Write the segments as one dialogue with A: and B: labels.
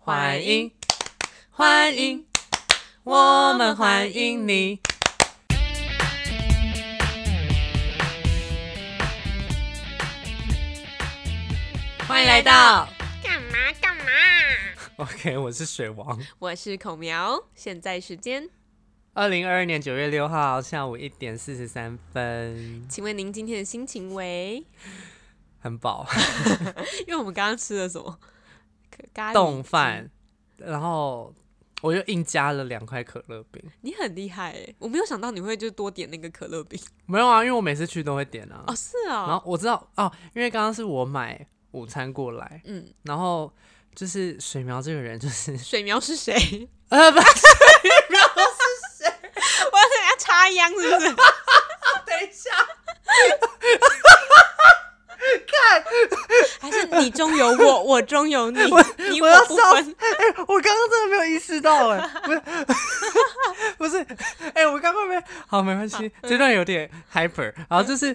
A: 欢迎，欢迎，我们欢迎你。欢迎来到
B: 干嘛干嘛？
A: OK，我是水王。
B: 我是孔苗，现在时间，
A: 二零二二年九月六号下午一点四十三分，
B: 请问您今天的心情为？
A: 很 饱，
B: 因为我们刚刚吃了什么？可咖喱
A: 冻
B: 鸡
A: 饭，然后我就硬加了两块可乐饼。
B: 你很厉害哎！我没有想到你会就多点那个可乐饼
A: 没有啊，因为我每次去都会点啊。
B: 哦，是
A: 然
B: 啊、
A: 后我知道哦，因为刚刚是我买午餐过来，
B: 嗯，
A: 然后就是水苗这个人，就是
B: 水苗是谁？ 我
A: 呃，不
B: 要在家插秧是不 是？
A: 等一下，
B: 还是你中有 我，我中有你，你
A: 我要
B: 不
A: 烧
B: 分？
A: 哎、我刚刚真的没有意识到、哎， 不是，不是，哎、我刚刚没，好，没关系，这段有点 hyper，然后就是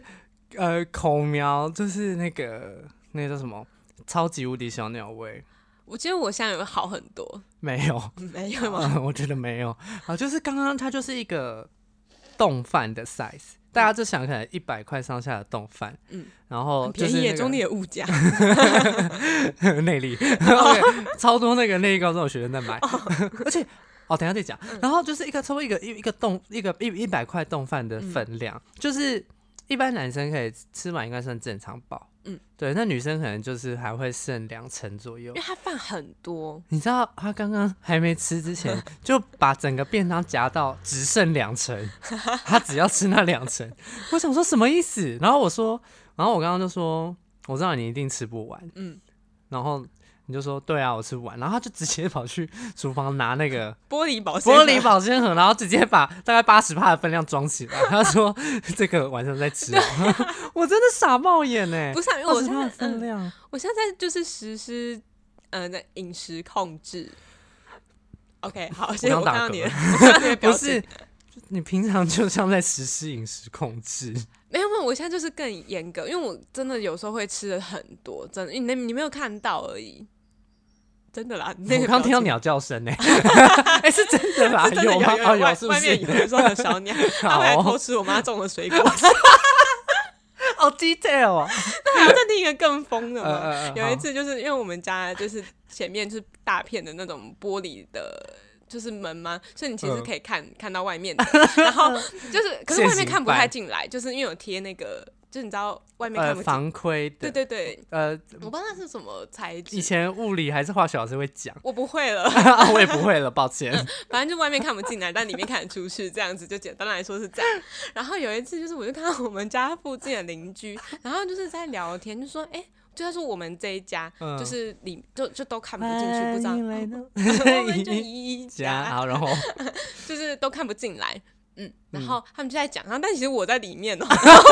A: 呃，口苗就是那个那个叫什么，超级无敌小鸟胃，
B: 我觉得我现在有好很多，
A: 没有，
B: 没有吗？
A: 嗯，我觉得没有，啊，就是刚刚它就是一个冻饭的 size。大家就想可能一百块上下的冻饭，嗯
B: 嗯，
A: 然后
B: 很
A: 就
B: 便
A: 是、
B: 宜
A: 那
B: 耶，
A: 个
B: 中立的物价。
A: 内 力，OK，超多那个内力高中的学生在买， 而且哦，等一下再讲。
B: 嗯
A: 然后就是一个差不多一个一一个冻一个一一百块冻饭
B: 嗯
A: 的分量，就是一般男生可以吃完应该算正常饱，嗯
B: 嗯，
A: 对，那女生可能就是还会剩两成左右
B: 因为。它饭很多，
A: 你知道他刚刚还没吃之 前就把整个便当夹到只剩两 成，他只要吃那两成。我想说什么意思？然后我说，然后我刚刚就说，我知道你一定吃不完，嗯
B: 嗯，
A: 然后你就说对啊，我吃不完，然后他就直接跑去厨房拿那 个
B: 玻璃保鲜盒
A: 玻璃保鲜盒，然后直接把大概八十帕的分量装起来。他 说这个晚上再吃哦，我真的傻冒眼哎、
B: 不是啊，因为我
A: 20
B: 现
A: 帕的
B: 在
A: 分
B: 嗯
A: 量。
B: 我现在就是实施呃的饮食控制。OK，好，谢谢
A: 刚
B: 我
A: 打
B: 看到
A: 嗝
B: 你的，我看到你的表
A: 不
B: 情
A: 是，你平常就像在实施饮食控制，
B: 没有没有，我现在就是更严格，因为我真的有时候会吃的很多，真的，你你没有看到而已，真的啦。那
A: 我
B: 个
A: 刚
B: 表
A: 听到
B: 情
A: 鸟叫声 呢、哎、是真的啦，
B: 是真的有
A: 吗？
B: 有
A: 哦
B: 外
A: 是不
B: 外面
A: 是？
B: 有人说有小鸟，他
A: 好
B: 们来
A: 哦
B: 偷吃我妈种的水果。
A: 好 detail 哦，
B: 那还要再听一个更疯的
A: 呃呃
B: 吗
A: 呃？
B: 有
A: 好
B: 一次就是因为我们家就是前面就是大片的那种玻璃的。就是门嘛，所以你其实
A: 嗯
B: 可以看、看到外面的，然后就是，可是
A: 现
B: 外面
A: 行
B: 看不
A: 版
B: 太进来，就是因为有贴那个，就是你知道外面看
A: 呃，
B: 不进，
A: 防窥的，
B: 对对对，
A: 呃，
B: 我不知道那是什么材质，
A: 以，前物理还是化学老师会讲
B: 我不会了，
A: 啊我也不会了，抱歉。
B: 反正就外面看不进来，但里面看得出去，这样子就简单来说是这样。然后有一次就是我就看到我们家附近的邻 居，然后就是在聊天，就说哎。就在说我们这一家，
A: 嗯
B: 就是里就就都看不进去，不知道
A: 欢迎 来到
B: 我哎 们就一
A: 家，
B: 家，
A: 好，然后
B: 就是都看不进来。嗯，然后他们就在讲，然后但其实我在里面哦， 然后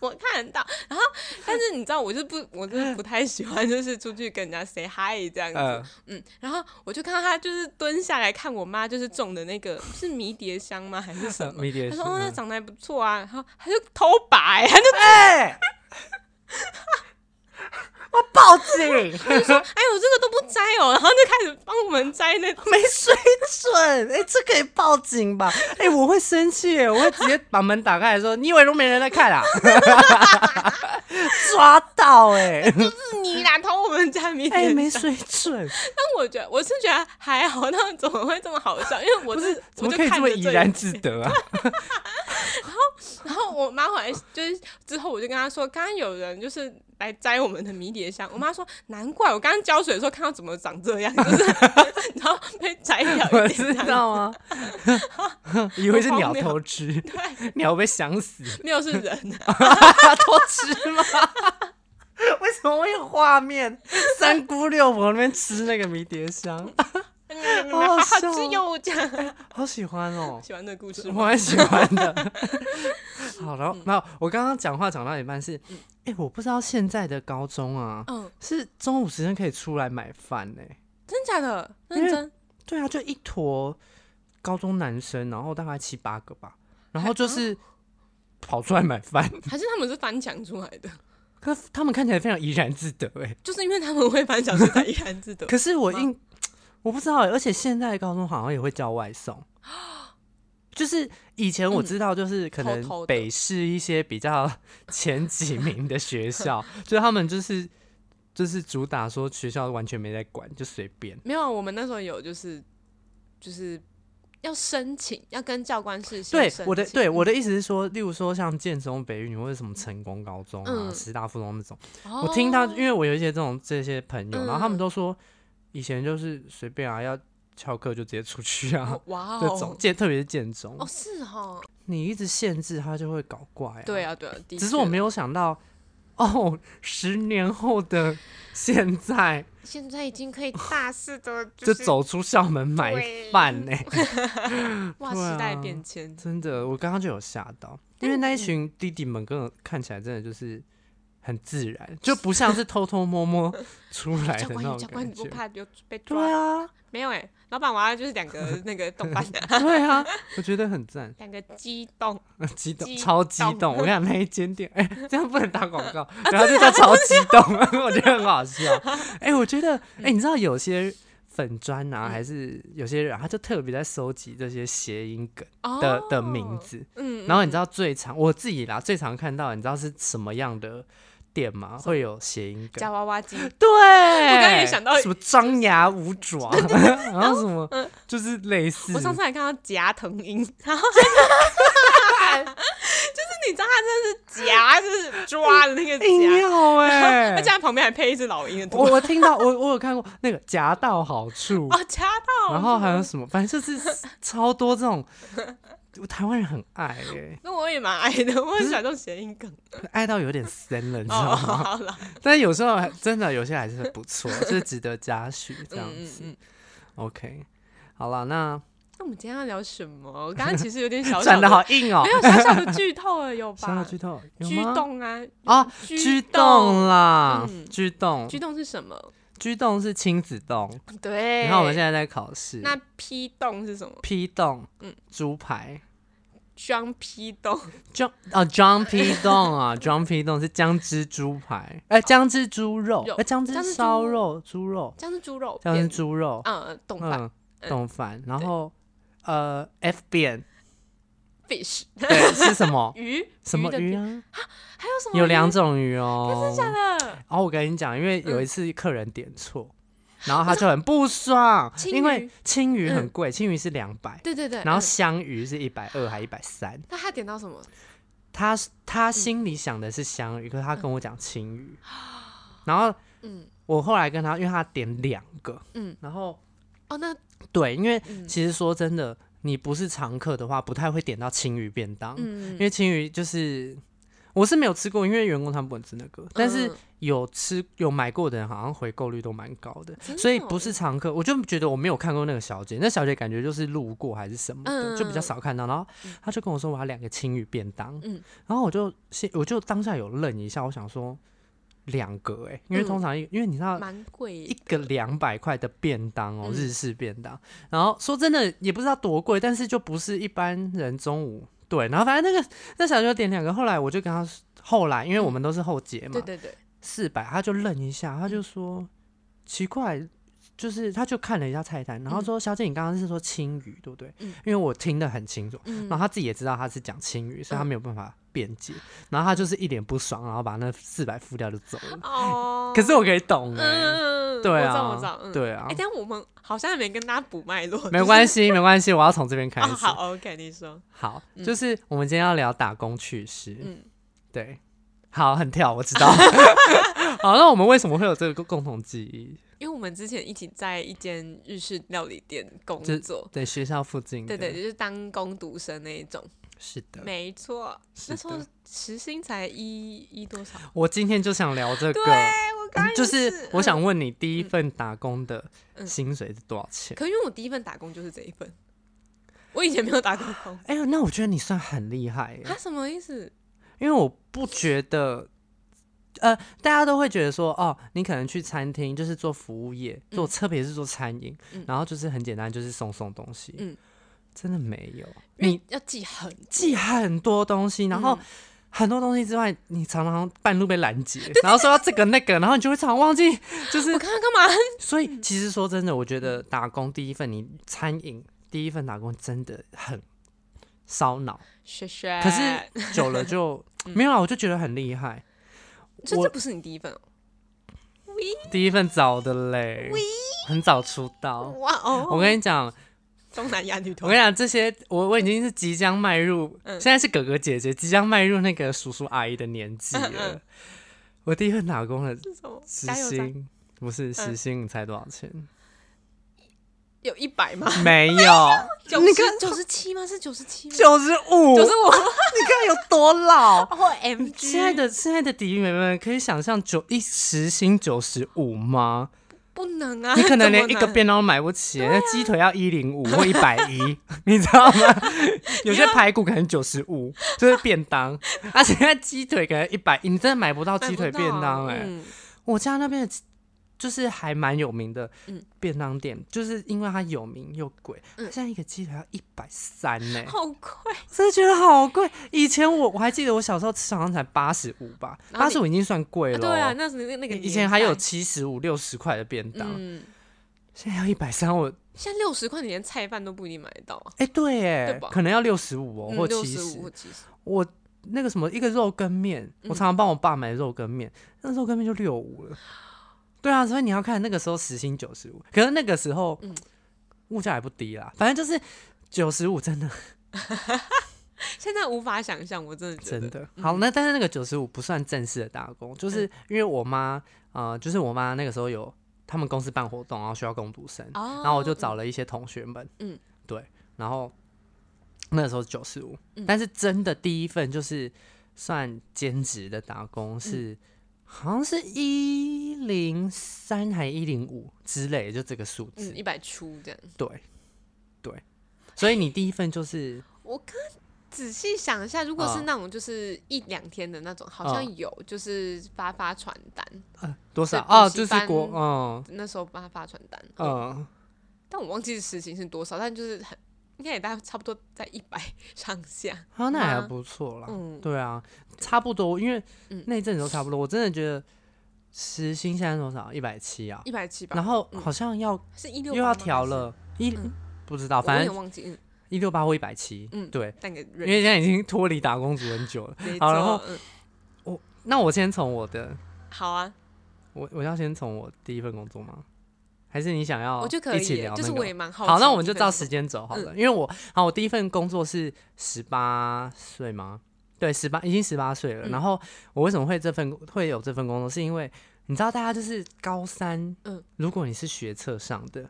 B: 我我看得到，然后但是你知道，我就不，我就是不太喜欢，就是出去跟人家 say hi 这样子。
A: 呃，
B: 嗯，然后我就看到他就是蹲下来看我妈，就是种的那个是迷迭香吗？还是什么？
A: 迷迭
B: 他说：“哦，那
A: 香，
B: 长得还不错啊。”然后他就偷拔、欸，他就
A: 哎，我报 警，
B: 哎呦，这个都不摘哦，然后就开始帮我们摘那
A: 没水准，哎、这可以报警吧？哎、我会生气耶，我会直接把门打开来说：“你以为都没人在看啊？” 抓到哎、
B: 是 你啦，偷我们家迷
A: 哎、
B: 迭
A: 没
B: 香。
A: 水准，
B: 但我觉得我是觉得还好，他们怎么会这么好笑？因为我
A: 不
B: 是
A: 是怎
B: 我
A: 么
B: 就
A: 可以
B: 看
A: 这
B: 着
A: 么
B: 一
A: 怡然自得 啊？
B: 然后我妈后来就是之后，我就跟她说，刚刚有人就是来摘我们的迷迭香。我妈说，难怪我刚刚浇水的时候看到怎么长这样，就是 然后被摘掉
A: 我
B: 一点
A: 知
B: 这样。
A: 道 啊，以为是鸟偷吃，
B: 对，
A: 鸟被想死，
B: 没有是人、啊，
A: 偷吃吗？ 为什么会有画面？三姑六婆那边吃那个迷迭香，好好笑哦
B: 只有这样。
A: 好喜欢哦、
B: 喜欢这个故 事
A: 我
B: 吗？
A: 蛮喜欢的。 嗯好，然后没有，我刚刚讲话讲到一半是，哎、我不知道现在的高中啊，
B: 嗯，
A: 是中午时间可以出来买饭呢、
B: 真假的，
A: 因
B: 认
A: 为
B: 真。
A: 对啊，就一坨高中男生，然后大概七八个吧，然后就是跑出来买 饭，
B: 还是他们是翻墙出来的，
A: 可是他们看起来非常怡然自得哎、
B: 就是因为他们会翻墙，所以才怡然自得。
A: 可是我印，我不知道欸，而且现在高中好像也会叫外送， 就是以前我知道，就是可
B: 嗯偷
A: 能
B: 偷的
A: 北市一些比较 前几名的学 校，就是他们就是就是主打说学校完全没在管，就随便。
B: 没有，啊我们那时候有就是就是要申请，要跟教官事先
A: 对
B: 申
A: 我的
B: 请
A: 对我的意思是说，例如说像建中、北语或者什么成功高中啊、
B: 嗯
A: 师大附中那种，
B: 哦
A: 我听到，因为我有一些这种这些朋友，然后他们
B: 嗯
A: 都说以前就是随便啊，要翘课就直接出去啊，
B: 哦哇
A: 这种
B: 哦，
A: 建特别是建中，
B: 哦是哈，
A: 你一直限制他就会搞怪、啊。
B: 对，啊对啊，的
A: 只是
B: 确
A: 我没有想到，哦，十年后的现在
B: 现在已经可以大肆的
A: 就是走出校门买饭呢、
B: 哇
A: 对
B: 时代
A: 啊
B: 变迁，
A: 真的，我刚刚就有吓到，因为那一群弟弟们跟我看起来真的就是很自然，就不像是偷偷摸摸 出来
B: 教
A: 的
B: 官
A: 啊那
B: 教
A: 种
B: 官
A: 感
B: 你不
A: 觉。
B: 怕就被抓？
A: 对啊，
B: 没有哎、老板我要就是两个那个动漫，
A: 对啊，我觉得很赞，
B: 两个激动，
A: 激动，
B: 激
A: 超激
B: 动
A: 动！我跟你讲，那一间店， 哎、这样不能打广告，然后就叫超激动，我觉得很好笑。哎、我觉得，
B: 嗯
A: 哎、你知道有些粉砖啊，还是有些人啊，他就特别在收集这些谐音梗
B: 哦
A: 的、的名，字，
B: 嗯，
A: 然后你知道最常我自己啦，最常看到你知道是什么样的店吗？会有谐音梗
B: 夹？娃娃机，
A: 对，我
B: 刚刚也想到
A: 什么张牙舞 爪， 然后什么就是类似，
B: 嗯我上次还看到夹 藤鹰，然后就是你知道它真的是夹，就是抓的那个
A: 硬
B: 夹，
A: 要哎、
B: 而且它旁边还配一只老鹰的 图
A: 我，我听到我我有看过那个夹到好处，
B: 哦，夹到，
A: 然后还有什么，反正就是超多这种，台湾人很爱哎、
B: 那我也蛮爱的，我很喜欢这种谐音梗，
A: 爱到有点深了，你知
B: 哦，
A: 道吗？
B: 好了，
A: 但有时候还真的有些还是不错，就是值得嘉许这样
B: 嗯嗯
A: 子。
B: 嗯。
A: OK，好了，那
B: 那我们今天要聊什么？我刚刚其实有点 小
A: 转
B: 小的
A: 的 好硬哦、
B: 没有小小的剧透了，有
A: 想要
B: 吧？
A: 剧透有
B: 居
A: 吗？
B: 动啊，
A: 啊，
B: 居
A: 居
B: 动
A: 动啦
B: 嗯，
A: 居动，
B: 居动是什么？
A: 居动是亲子动。
B: 对。
A: 你看我们现在在考试，
B: 那批动是什么？
A: P 动，
B: 嗯
A: 猪排
B: 双批 动，
A: ，John 啊，John P 动啊，John P 动是姜汁猪排，哎，姜汁猪肉
B: 肉，
A: 哎，姜汁
B: 姜汁猪
A: 烧肉，猪肉，
B: 这样是猪肉
A: 姜汁
B: 片，
A: 猪肉，
B: 嗯，动饭
A: 嗯，冻饭，然后呃，F 扁
B: fish？
A: 对是什么
B: 鱼，
A: 什么
B: 的
A: 鱼
B: 片？
A: 啊？
B: 还有什么鱼？
A: 有两种鱼哦。
B: 真的假的？
A: 然后我跟你讲，因为
B: 嗯
A: 有一次客人点错，然后他就很不爽，
B: 青
A: 因为
B: 鱼
A: 青鱼很
B: 嗯
A: 贵，青鱼是两百，
B: 对对对。
A: 然后
B: 嗯
A: 香鱼是一百二还一百三。
B: 那他点到什么？
A: 他是他心里想的是香鱼，可是他跟我讲青鱼，然后
B: 嗯
A: 我后来跟他，因为他点两个，
B: 嗯，
A: 然后
B: 哦，那
A: 对，因为
B: 嗯
A: 其实说真的，你不是常客的话，不太会点到青鱼便当，
B: 嗯
A: 因，为青鱼就是我是没有吃过，因为员工他们不能吃那个，但是
B: 嗯
A: 有吃有买过的人好像回购率都蛮高的，
B: 真的
A: 所以
B: 哦
A: 不是常客，我就觉得我没有看过那个小姐，那小姐感觉就是路过还是什么的，
B: 嗯
A: 就比较少看到。然后她就跟我说我要两个青鱼便当，
B: 嗯
A: 然后我就先我就当下有愣一下，我想说两个哎、因为
B: 嗯
A: 通常一、因为你知道
B: 蛮贵
A: 一个两百块的便当哦，
B: 嗯
A: 日式便当。然后说真的也不知道多贵，但是就不是一般人中午对。然后反正那个那小舅点两个，后来我就跟他后来，因为我们都是后结嘛
B: 嗯对，对对，
A: 四百、他就愣一下，他
B: 嗯
A: 就说奇怪。就是，他就看了一下菜单，然后说：“小姐，你刚刚是说青鱼，对不对？
B: 嗯
A: 因为我听得很清楚。
B: 嗯
A: 然后他自己也知道他是讲青语，所以他
B: 嗯
A: 没有办法辩解。然后他就是一脸不爽，然后把那四百付掉就走了。
B: 哦，
A: 可是我可以懂哎、
B: 嗯，
A: 对
B: 我知
A: 啊，
B: 道我知道，嗯。
A: 对啊
B: 哎、，但我们好像还没跟大家补脉络，
A: 没关系，没关系，我要从这边开
B: 啊、
A: 始。
B: 好，OK，你说，
A: 好就是我们今天要聊打工趣事。
B: 嗯
A: 对，好，很跳，我知道。 好，那我们为什么会有这个共同记忆？
B: 因为我们之前一起在一间日式料理店工
A: 就嗯
B: 作，
A: 对，学校附近的。
B: 对对，就是当工读生那一种，
A: 是的。
B: 没错，
A: 是
B: 那时候
A: 的
B: 时薪才一一多少？
A: 我今天就想聊这个，嗯
B: 我刚刚也
A: 就是我想问你，第一份打工的
B: 嗯
A: 薪水是多少钱？
B: 可因为我第一份打工就是这一份，我以前没有打过工，
A: 哎、呦，那我觉得你算很厉害耶
B: 他、，什么意思？
A: 因为我不觉得，呃，大家都会觉得说，哦，你可能去餐厅就是做服务业，做特别是做餐饮，
B: 嗯
A: 然后就是很简单，就是送送东西，
B: 嗯
A: 真的没有，啊
B: 因为
A: 你
B: 要记很多
A: 记很多东西，然后
B: 嗯
A: 很多东西之外，你常常半路被拦 截，然后说到这个那个，然后你就会常常忘记，就是
B: 我刚刚干嘛？
A: 所以其实说真的，我觉得打工第一份你餐饮第一份打工真的很烧 脑，
B: 学学，
A: 可是久了 就
B: 嗯
A: 没有啊，我就觉得很厉害。
B: 所以
A: 我
B: 这不是你第一份哦。
A: 第一份早的嘞，很早出道。
B: 哇哦，
A: 我跟你讲，
B: 东南亚女
A: 我
B: 同
A: 跟你讲，这些我我已经是即将迈入，
B: 嗯
A: 现在是哥哥姐姐即将迈入那个叔叔阿姨的年纪了。
B: 嗯嗯
A: 我第一份打工的时
B: 是什么？加油嗯站
A: 薪不是时薪，你猜多少钱？
B: 有一百吗？
A: 没有，
B: 九十九十七吗？是九十七吗？
A: 九十五，
B: 九十五。
A: 你看有多 老。
B: 或 M
A: 亲爱的，亲爱的弟弟妹妹们，可以想象九一时薪九十五吗？
B: 不能 啊！
A: 你可能连
B: 怎
A: 一
B: 么
A: 个便当都买不 起，
B: 啊
A: 那鸡腿要一零五或一百一， 你知道吗？ 有些排骨可能九十五，就是便 当，而且那鸡腿可能一百一，你真的买不到
B: 买
A: 鸡
B: 不
A: 腿便
B: 到
A: 当哎、
B: 嗯
A: 我家那边的鸡就是还蛮有名的
B: 嗯
A: 便当店，就是因为它有名又贵，它
B: 嗯
A: 现在一个鸡腿要一百三呢，
B: 好快，
A: 真的觉得好贵。以前我我还记得我小时候吃好像才八十五吧，
B: 然后
A: 八
B: 你
A: 十五已经算贵
B: 啊
A: 了、哦
B: 对啊，那是那那个
A: 以前还有
B: 年代
A: 七十五六十块的便当，
B: 嗯，
A: 现在要一百三，我
B: 现在六十块你连菜饭都不一定买得到啊，
A: 哎、对哎
B: 对，吧嗯
A: 可能要六十五哦，或
B: 六
A: 七
B: 十
A: 十、
B: 五或七十，
A: 我那个什么一个肉羹面，
B: 嗯
A: 我常常帮我爸买肉羹面，那肉羹面就六五了。对啊，所以你要看那个时候时薪九十五，可是那个时候、
B: 嗯
A: 物价也不低啦，反正就是九十五真的
B: 现在无法想象，我真的嗯觉
A: 真
B: 得
A: 的好。那但是那个九十五不算正式的打工，就是因为我妈呃，就是我妈那个时候有他们公司办活动，然后需要工读生，
B: 哦
A: 然后我就找了一些同学们，嗯
B: 嗯，
A: 对，然后那时候九十五，
B: 嗯
A: 但是真的第一份就是算兼职的打工
B: 嗯
A: 是，好像是一零三还一零五之类，就这个数字，
B: 嗯一百出这样。
A: 对，对，所以你第一份就是
B: 我刚仔细想一下，如果
A: 啊
B: 是那种就是一两天的那种，好
A: 啊
B: 像有就是发发传单，
A: 呃多少
B: 是补
A: 啊？
B: 习
A: 就是
B: 班
A: 国嗯
B: 那时候发发传单，
A: 嗯，
B: 但我忘记时薪是多少，但就是很应该也大概差不多在一百 上下。
A: 啊那还
B: 吗
A: 不错啦，
B: 嗯，
A: 对啊，差不多，因为
B: 嗯
A: 那一阵子都差不多，我真的觉得时薪现在多少？一百七啊。
B: 一百七吧
A: 然，后
B: 嗯
A: 好像要
B: 是一六
A: 又要调，了，一、不知道，
B: 嗯我有
A: 反
B: 点
A: 正
B: 忘记，嗯，
A: 一六八或一百七，
B: 嗯
A: 对，
B: 但给
A: 因为现在已经脱离打工族很久了。 好然后那我先从我的，
B: 嗯好啊，
A: 我我要先从我第一份工作吗？还是你想要
B: 我就可
A: 一起
B: 以
A: 聊
B: 耶，
A: 那个？
B: 就是我也蛮好奇。
A: 好，那我们就照
B: 到
A: 时间走好
B: 嗯
A: 了，因为我好，我第一份工作是十八岁吗？对，十八已经十八岁了。
B: 嗯
A: 然后我为什么会这份会有这份工作，是因为你知道，大家就是高三，嗯
B: 嗯，
A: 如果你是学测上的，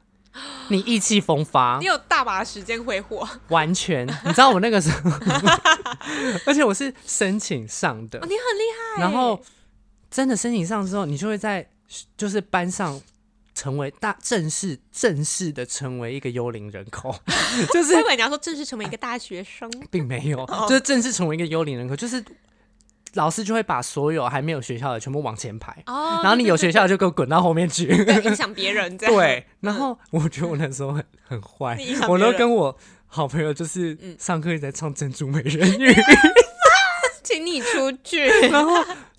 A: 你意气风发，
B: 你有大把时间挥霍啊，
A: 完全，你知道我那个时候， 而且我是申请上的
B: 你，很厉害。
A: 然后真的申请上之后，你就会在就是班上成为大正式正式的成为一个幽灵人口， 就是
B: 会不会你要说正式成为一个大 学生？
A: 并没有，
B: 哦
A: 就是正式成为一个幽灵人口，就是老师就会把所有还没有学校的全部往前排，
B: 哦，
A: 然后你有
B: 对
A: 学校就给我滚到后面去，
B: 对对对影响别人这样。
A: 对，然后我觉得我那时候很很坏
B: 你影响，别
A: 我都
B: 人
A: 跟我好朋友就是
B: 嗯
A: 上课一直在唱《珍珠美人鱼》，
B: 请你出去。
A: 然后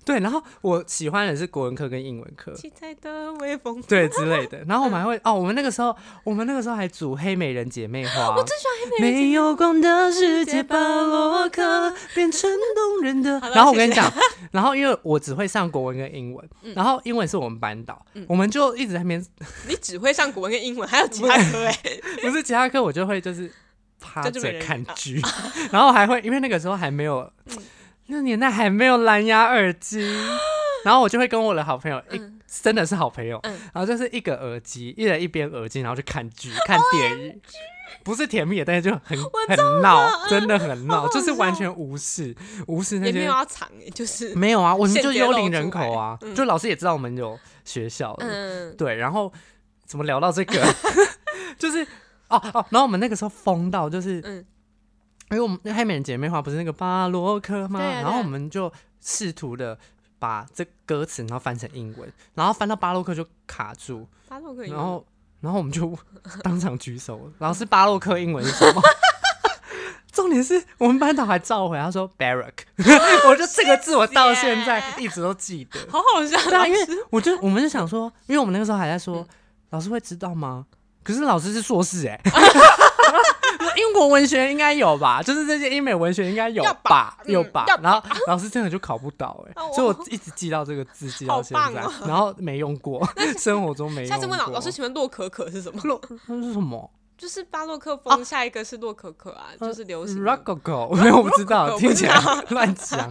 A: 对，然后我喜欢的是国文课跟英文课，
B: 期待的微风，我
A: 对之类的。然后我们还会哦，我们那个时候，我们那个时候还组黑美人姐妹花。
B: 最喜欢黑美人
A: 没有光的世界，巴洛克变成动人的
B: 好。了
A: 然后我跟
B: 谢
A: 你
B: 谢
A: 讲，然后因为我只会上国文跟英文，然后英文是我们班导，我们就一直在那边，
B: 你只会上国文跟英文，还有其他科哎。
A: 不是其他课我就会就是趴
B: 珍珠美
A: 着
B: 人鱼
A: 看
B: 啊嗯
A: 剧， 然后还会因为那个时候还没有，那年代还没有蓝牙耳 机，然后我就会跟我的好朋友一
B: 嗯
A: 真的是好朋友，
B: 嗯
A: 然后就是一个耳机，一人一边耳机，然后去看 剧、看电影，不是甜蜜的，但是就很很闹，真的很 闹，就是完全无视无视那
B: 也没
A: 些
B: 有要藏哎，就是
A: 没有啊，我们
B: 间
A: 就
B: 接
A: 幽
B: 露
A: 灵
B: 出
A: 人口啊，就老师也知道我们有学校的，
B: 嗯，
A: 对，然后怎么聊到这个？ 就是哦哦，然后我们那个时候疯到就是，
B: 嗯
A: 因为我们那黑美人姐妹花不是那个巴洛克吗？
B: 对啊对啊
A: 然后我们就试图的把这歌词然后翻成英文，然后翻到巴洛克就卡住，
B: 巴洛克英文，
A: 然后 然后我们就 当场举手，老师巴洛克英文是什么？重点是我们班导还召回，他说 barrack，我 就这个字我到现在一直都记得。
C: 好好笑，
A: 对啊，因
C: 老
A: 为
C: 师嗯
A: 我就我们就想说，因为我们那个时候还在说，老师会知道吗？可是老师是 硕士哎、 英国文学应该有吧，就是这些英美文学应该有
C: 要
A: 吧
C: 吧，
A: 有
C: 嗯要
A: 然后老师真的就考不到哎、
C: 啊我
A: 所以我一直记到这个字，记到现在，
C: 好棒哦
A: 然后没用过，生活中没用
C: 下
A: 过。
C: 次问老老师，请问洛可可是什么？
A: 洛那是什么
C: 就是巴洛克风，下一个是洛可可啊，就是流行的。
A: r o c k g o 嗯 没有，我不知道，
C: Rococo，
A: 听起来
C: 我
A: 乱讲。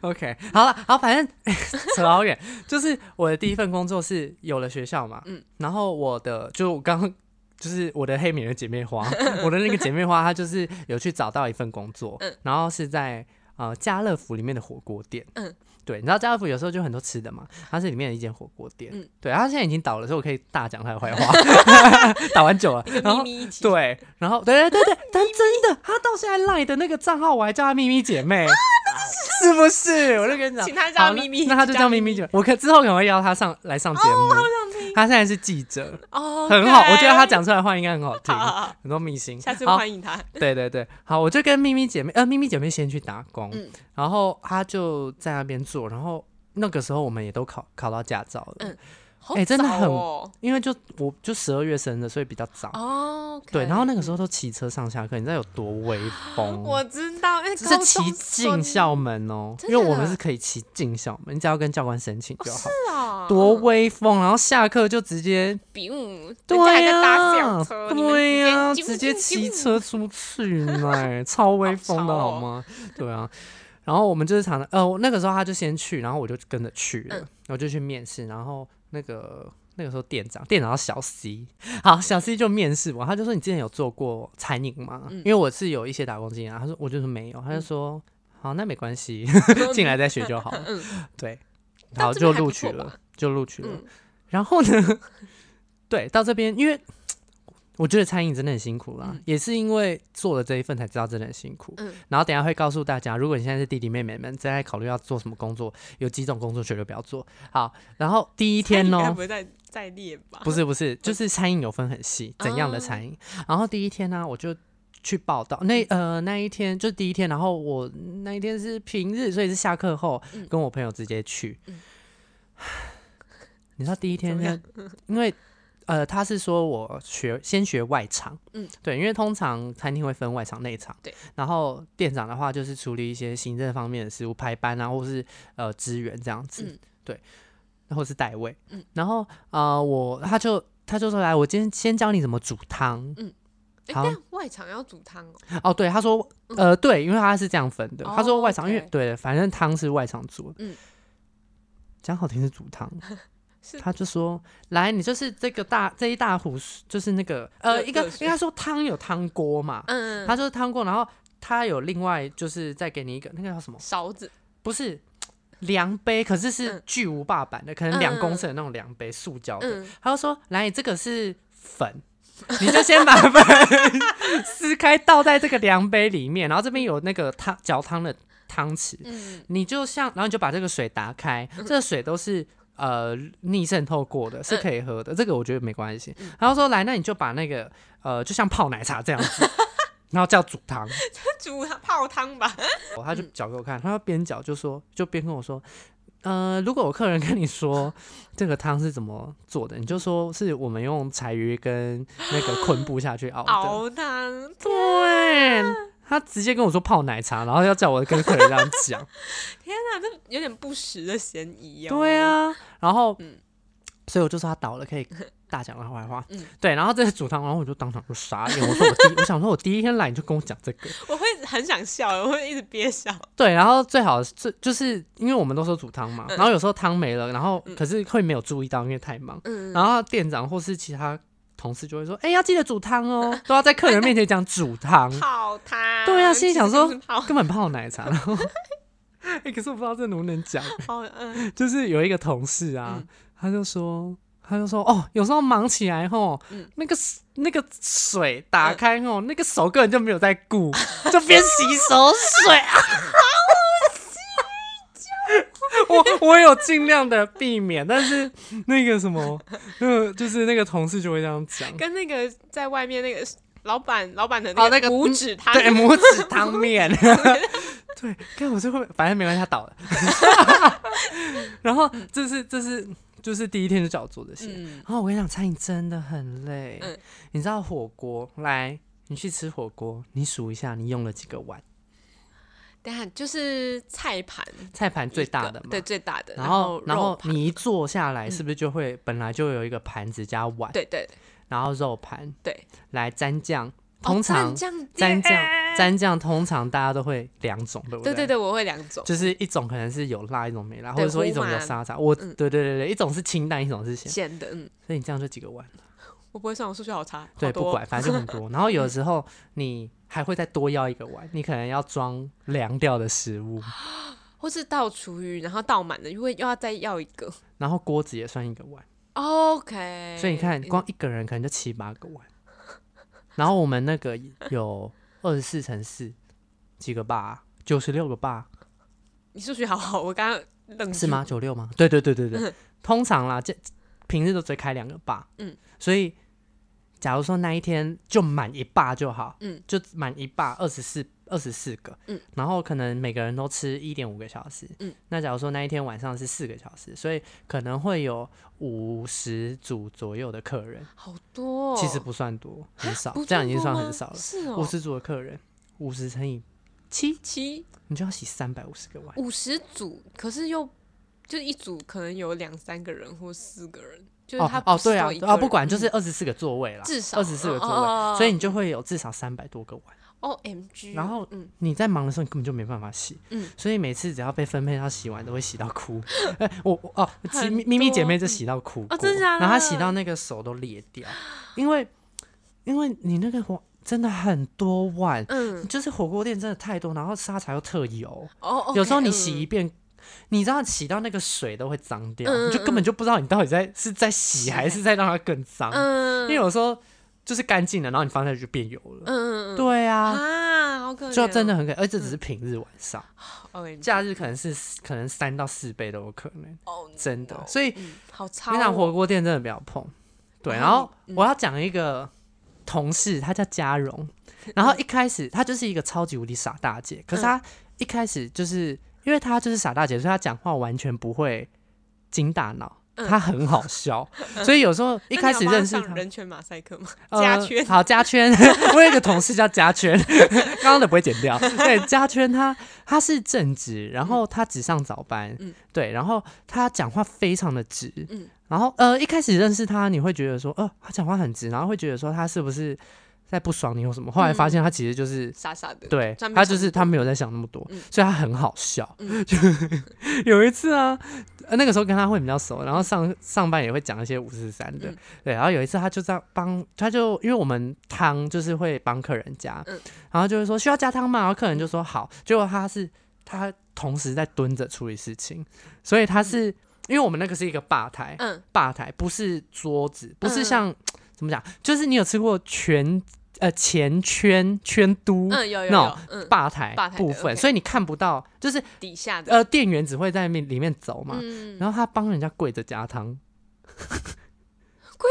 A: OK，好了，好，反正 扯好远。就是我的第一份工作是有了学校嘛，嗯，然后我的就我刚。就是我的黑美人姐 妹花，我的那个姐妹花，她就是有去找到一份工作，
C: 嗯
A: 然后是在呃家乐福里面的火锅店，
C: 嗯
A: 对，你知道家乐福有时候就很多吃的嘛，它是里面的一间火锅店，
C: 嗯
A: 对，它现在已经倒了，所以我可以大讲它的坏 话， 打完酒了，然
C: 咪
A: 后
C: 咪一起，
A: 对，然后对对对对，但真的，他到现在赖的那个账号，我还叫他咪咪姐妹，是不啊是？我就跟你讲，
C: 请她
A: 好
C: 叫
A: 那
C: 咪咪
A: 那他就
C: 叫
A: 叫咪
C: 咪
A: 咪
C: 咪
A: 姐妹。我可之后可能会邀他上来上节目。
C: 想听
A: 他现在是记者，
C: 哦，
A: 很好，
C: 对
A: 我觉得他讲出来的话应该很好听
C: 好好好，
A: 很多明星。
C: 下次
A: 好，
C: 欢迎他。
A: 对对对，好，我就跟咪咪姐妹，呃，咪咪姐妹先去打工，
C: 嗯
A: 然后她就在那边做，然后那个时候我们也都考考到驾照了，
C: 嗯好
A: 哎真的
C: 早
A: 很
C: 哦，
A: 因为就我就十二月生的，所以比较早。
C: 哦，OK
A: 对，然后那个时候都骑车上下课，你知道有多威风？
C: 我知道，因为
A: 这是
C: 高
A: 骑
C: 中
A: 进
C: 生
A: 校门哦、
C: 真
A: 因为我
C: 假
A: 们
C: 的
A: 是可以骑进校门，你只要跟教官申请就好。
C: 是啊，
A: 多威风！然后下课就直接，
C: 比武，
A: 对
C: 人家还在搭
A: 呀、
C: 小车，你们
A: 对呀、
C: 直
A: 直接骑。
C: 啾啾啾
A: 车出去呢，超威风的
C: 好潮
A: 好
C: 哦
A: 吗？对啊。然后我们就是常常，呃，我那个时候他就先去，然后我就跟着去了，
C: 嗯
A: 我就去面试，然后那个那个时候店长，店长叫小 C，好， 小 C 就面试我，他就说你之前有做过餐饮吗？
C: 嗯
A: 因为我是有一些打工经验啊，他说我就说没有，他就说、好，那没关系， 进来再学就好了，
C: 嗯
A: 对，
C: 到
A: 然后
C: 这
A: 就
C: 边还
A: 录
C: 不
A: 取
C: 错
A: 了
C: 吧，
A: 就录取了，
C: 嗯
A: 然后呢，对，到这边因为。我觉得餐饮真的很辛苦啦，也是因为做了这一份才知道真的很辛苦。
C: 嗯
A: 然后等一下会告诉大家，如果你现在是弟弟妹妹们正在考虑要做什么工作，有几种工作绝对不要做。好，然后第一天
C: 他应该
A: 呢
C: 不，会嗯再再列吧？
A: 不是不是，就是餐饮有分很细，怎样
C: 哦
A: 的餐饮。然后第一天呢、我就去报道，那
C: 嗯
A: 呃那一天就是第一天，然后我那一天是平日，所以是下课后、
C: 嗯
A: 跟我朋友直接去。 你知道第一天
C: 怎么
A: 呢
C: 样，
A: 因为呃他是说我学先学外场，嗯
C: 嗯，
A: 对，因为通常餐厅会分外场内场，
C: 对，
A: 然后店长的话就是处理一些行政方面的事务，排班啊，或是呃支援这样子，
C: 嗯
A: 对，或是代位，然后呃，我他就他就说来，我今天先教你怎么煮汤。
C: 哎，
A: 好
C: 对啊，外场要煮汤哦，
A: 哦，对，他说呃，对，因为他是这样分的，他
C: 嗯
A: 说
C: 哦
A: 外场，因为
C: OK
A: 对，反正汤是外场煮的。
C: 嗯
A: 讲好听是煮汤
C: 是，
A: 他就说来，你就是这个大这一大壶，就是那个呃，
C: 热
A: 一个
C: 热
A: 应
C: 水
A: 该说汤有汤锅嘛，
C: 嗯，
A: 他就是汤锅，然后他有另外就是再给你一个那个叫什么？
C: 勺子，
A: 不是量杯，可是是
C: 嗯
A: 巨无霸版的，可
C: 嗯
A: 能两
C: 嗯
A: 公升的那种量杯，塑胶的。
C: 嗯
A: 他就说：“来，这个是粉， 你就先把粉撕开，倒在这个量杯里面，然后这边有那个汤搅汤的汤匙，
C: 嗯，
A: 你就像，然后你就把这个水打开，这个水都是。”呃，逆渗透过
C: 嗯
A: 的是可以喝的，这个我觉得没关系。然后说来，那你就把那个呃，就像泡奶茶这样 子，然后叫煮汤，
C: 煮汤泡汤吧。
A: 哦他就搅给我看，他就边搅就说，就边跟我说，呃，如果有客人跟你说这个汤是怎么做的，你就说是我们用柴鱼跟那个昆布下去熬
B: 哦
A: 的。
C: 熬汤，
A: 对，他直接跟我说泡奶茶，然后要叫我跟客人这样讲。
C: 天哪，这有点不实的嫌疑哦。
A: 对，啊，然后，所以我就说他倒了，可以大讲他坏话。
C: 嗯
A: 对，然后这个煮汤，然后我就当场就傻眼，我说我第一，我想说我第一天来你就跟我讲这个，
C: 我会很想笑，我会一直憋笑。
A: 对，然后最好是就是因为我们都说煮汤嘛，
C: 嗯
A: 然后有时候汤没了，然后可是会没有注意到，因为太忙。
C: 嗯，
A: 然后店长或是其他同事就会说：“哎、要记得煮汤哦，都要 在客人面前讲煮汤，
C: 泡汤。
A: 对啊心里想说
C: 嗯其实就是泡
A: 根本泡奶茶。”然后， 哎、可是我不知道这能不能讲，
C: 好，嗯，
A: 就是有一个同事啊，他就说。他就说：“哦，有时候忙起来吼，
C: 嗯
A: 那个那个水打开吼，那个手根本就没有在顾， 就边洗手水啊。”我 我有尽量的避免，但是 那个什么，呃，就是那个同事就会这样讲，
C: 跟那个在外面那个
B: 老板老板的
A: 哦那个
B: 五指汤，
A: 对，嗯拇指汤面。 对，看我最后，反正没关系，他倒 了。然后这是这是就是第一天就叫我做这些。
B: 嗯，
A: 然后我跟你讲，餐饮真的很累。
B: 嗯
A: 你知道火锅，来，你去吃火锅，你数一下你用了几个碗，
B: 等一下就是菜盘
A: 菜盘最大的
B: 一个
A: 嘛。
B: 对最大的，
A: 然后，然
B: 肉
A: 后
B: 盘，嗯
A: 你一坐下来，是不是就会、本来就有一个盘子加碗，
B: 对对
A: 然后肉盘
B: 对，
A: 来沾酱，
B: 哦
A: 通常、
B: 蘸酱
A: 蘸酱
B: 耶
A: 蘸酱通常大家都会两种，对不
B: 对对
A: 对
B: 对，我会两种，
A: 就是一种可能是有辣，一种没辣，或
B: 对
A: 者说一种
B: 胡
A: 有
B: 麻
A: 沙茶。我，
B: 嗯
A: 对对对对，一种是清淡，一种是咸，
B: 咸的，嗯，
A: 所以你这样就几个碗了。
B: 我不会算，我数学好差，
A: 对，
B: 好多哦
A: 不管，反正就很 多。然后有的时候你还会再多要一个碗，你可能要装凉掉的食物，
B: 或是倒厨余，然后倒满了，因为又要再要一个。
A: 然后锅子也算一个碗，
B: OK，
A: 所以你看，光一个人可能就七八个碗。然后我们那个有二十四乘四，几个吧，九十六个吧，
B: 你数学好好，我刚刚愣
A: 是
B: 住
A: 吗？？九六吗？对对对对对， 通常啦，这平日都只开两个坝，
B: 嗯，
A: 所以假如说那一天就满一坝就好，
B: 嗯，
A: 就满一坝二十四二十四个，
B: 嗯，
A: 然后可能每个人都吃一点五个小时，
B: 嗯，
A: 那假如说那一天晚上是四个小时，所以可能会有五十组左右的客人，
B: 好多、哦，
A: 其实不算多，很少
B: 不，
A: 这样已经
B: 错
A: 算很
B: 过吗
A: 少了，
B: 是哦，
A: 五十组的客人，五十乘以七，
B: 七
A: 你就要洗三百五十个碗。
B: 五十组，可是又就一组可能有两三个人或四个人，就是他
A: 哦哦，对
B: 是
A: 啊
B: 都一，个
A: 啊，
B: 人
A: 不管就是
B: 嗯
A: 二十四个座位啦，
B: 至少
A: 二十四个座位，
B: 嗯嗯嗯嗯
A: 所以你就会有至少三百多个碗。
B: O 哦 M G，
A: 然后
B: 嗯，
A: 你在忙的时候，你根本就没办法洗，
B: 嗯
A: 所以每次只要被分配到洗碗，都会洗到 哭。哎、我我哦，其
B: 很
A: 咪咪咪姐
B: 多
A: 妹就洗到哭过，
B: 哦真的假
A: 然后她
B: 的
A: 洗到那个手都裂 掉，因为因为你那个碗真的很多碗，
B: 嗯，
A: 就是火锅店真的太多，然后沙茶又特油，
B: 哦，OK，
A: 有时候你洗
B: 嗯
A: 一遍，你知道洗到那个水都会脏掉，
B: 嗯嗯
A: 你就根本就不知道你到底在是在洗还是在让它更脏。因
B: 嗯，
A: 为有时候就是干净了，然后你放下去就变油了。
B: 嗯嗯嗯
A: 对啊，
B: 啊，嗯好可怜哦，
A: 就真的很可，而且只是平日晚上，
B: O M G，
A: 假日可能是可能三到四倍都有可能，
B: 哦
A: 真的。
B: no，
A: 所以
B: 嗯，好嗯差、
A: 那场
B: 哦，
A: 火锅店真的不要碰。对，
B: 然
A: 然后
B: 后
A: 我要讲一个同事，她叫嘉 荣，然后一开始她就是一个超级无敌傻大姐，
B: 嗯
A: 可是她一开始就是因为她就是傻大姐，所以她讲话完全不会经大脑，
B: 嗯
A: 她很好笑，所以有时候一
B: 那
A: 开
B: 你有
A: 始
B: 帮他
A: 认识
B: 上
A: 她。
B: 人权马赛克吗？
A: 呃
B: 加圈
A: 好加圈， 我有一个同事叫加圈， 刚刚的不会剪掉。对，加圈他他是正职，然后他只上早班，
B: 嗯
A: 对，然后他讲话非常的直，
B: 嗯
A: 然后呃一开始认识他，你会觉得说，呃他讲话很直，然后会觉得说他是不是在不爽你或什么，后来发现他其实就是。
B: 傻傻的，
A: 对
B: 专门
A: 他
B: 想
A: 就是
B: 那么
A: 他
B: 多
A: 没有在想那么多，
B: 嗯
A: 所以他很好笑。
B: 嗯
A: 就有一次啊，呃那个时候跟他会比较熟，然后上上班也会讲一些五四三的，
B: 嗯
A: 对。然后有一次他就在帮，他就因为我们汤就是会帮客人加，
B: 嗯
A: 然后就会说需要加汤吗？然后客人就说好，结果他是他同时在蹲着处理事情，所以他是、因为我们那个是一个吧台，
B: 嗯
A: 吧台不是桌子，不是
B: 嗯
A: 像、怎么讲，就是你有吃过全呃前圈圈都。
B: 嗯有有
A: 那
B: 有
A: 种，
B: 嗯，
A: 吧台
B: 吧台的
A: 部分，
B: OK
A: 所以你看不到，就是
B: 底下的，
A: 呃，店员只会在面里面走嘛。
B: 嗯，
A: 然后他帮人家跪着加汤，
B: 跪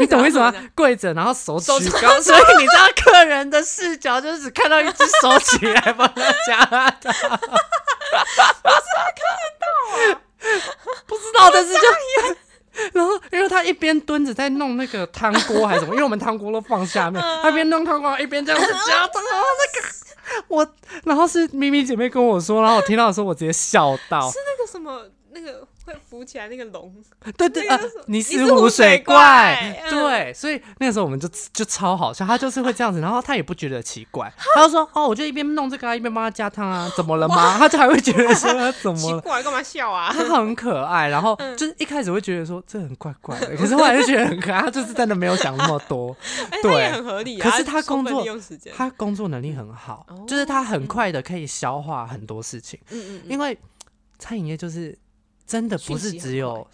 A: 呃你
B: 着
A: 懂我意思
B: 要
A: 吗
B: 怎么讲？
A: 跪着，然后手
B: 手
A: 举高，所以你知道客人的视角就是只看到一只手举来帮他加汤。不是他看得到啊，不知道，但是就然后因为他一边蹲着在弄那个汤锅还是什么，因为我们汤锅都放下面，他一边弄汤锅一边这样子
B: 啊
A: 加汤，然后啊那个我，然后是咪咪姐妹跟我说，然后我听到的时候我直接笑到
B: 是，那个什么那个会浮起来那个龙，
A: 对对啊
B: 那个什么，
A: 你
B: 你
A: 是
B: 是
A: 湖
B: 湖
A: 水
B: 水
A: 怪
B: 怪，嗯
A: 对，所以那时候我们就就超好笑，他就是会这样子，然后他也不觉得奇怪，他就说哦，我就一边弄这个、啊、一边帮他加汤啊，怎么了吗？他就还会觉得 说他怎么
B: 奇
A: 了。
B: 怪，嗯干嘛笑 啊？
A: 他很可爱，然后就是一开始会觉得说这很怪怪的，可是后来就觉得很可爱，他就是真的没有想那么多。
B: 哎，他也
A: 对，
B: 很合理啊。
A: 可是他工作
B: 充分利用时间，
A: 他工作能力很好
B: 哦，
A: 就是他很快的可以消化很多事情，
B: 嗯嗯嗯，
A: 因为餐饮业就是真的不
B: 讯息
A: 是
B: 很
A: 只有，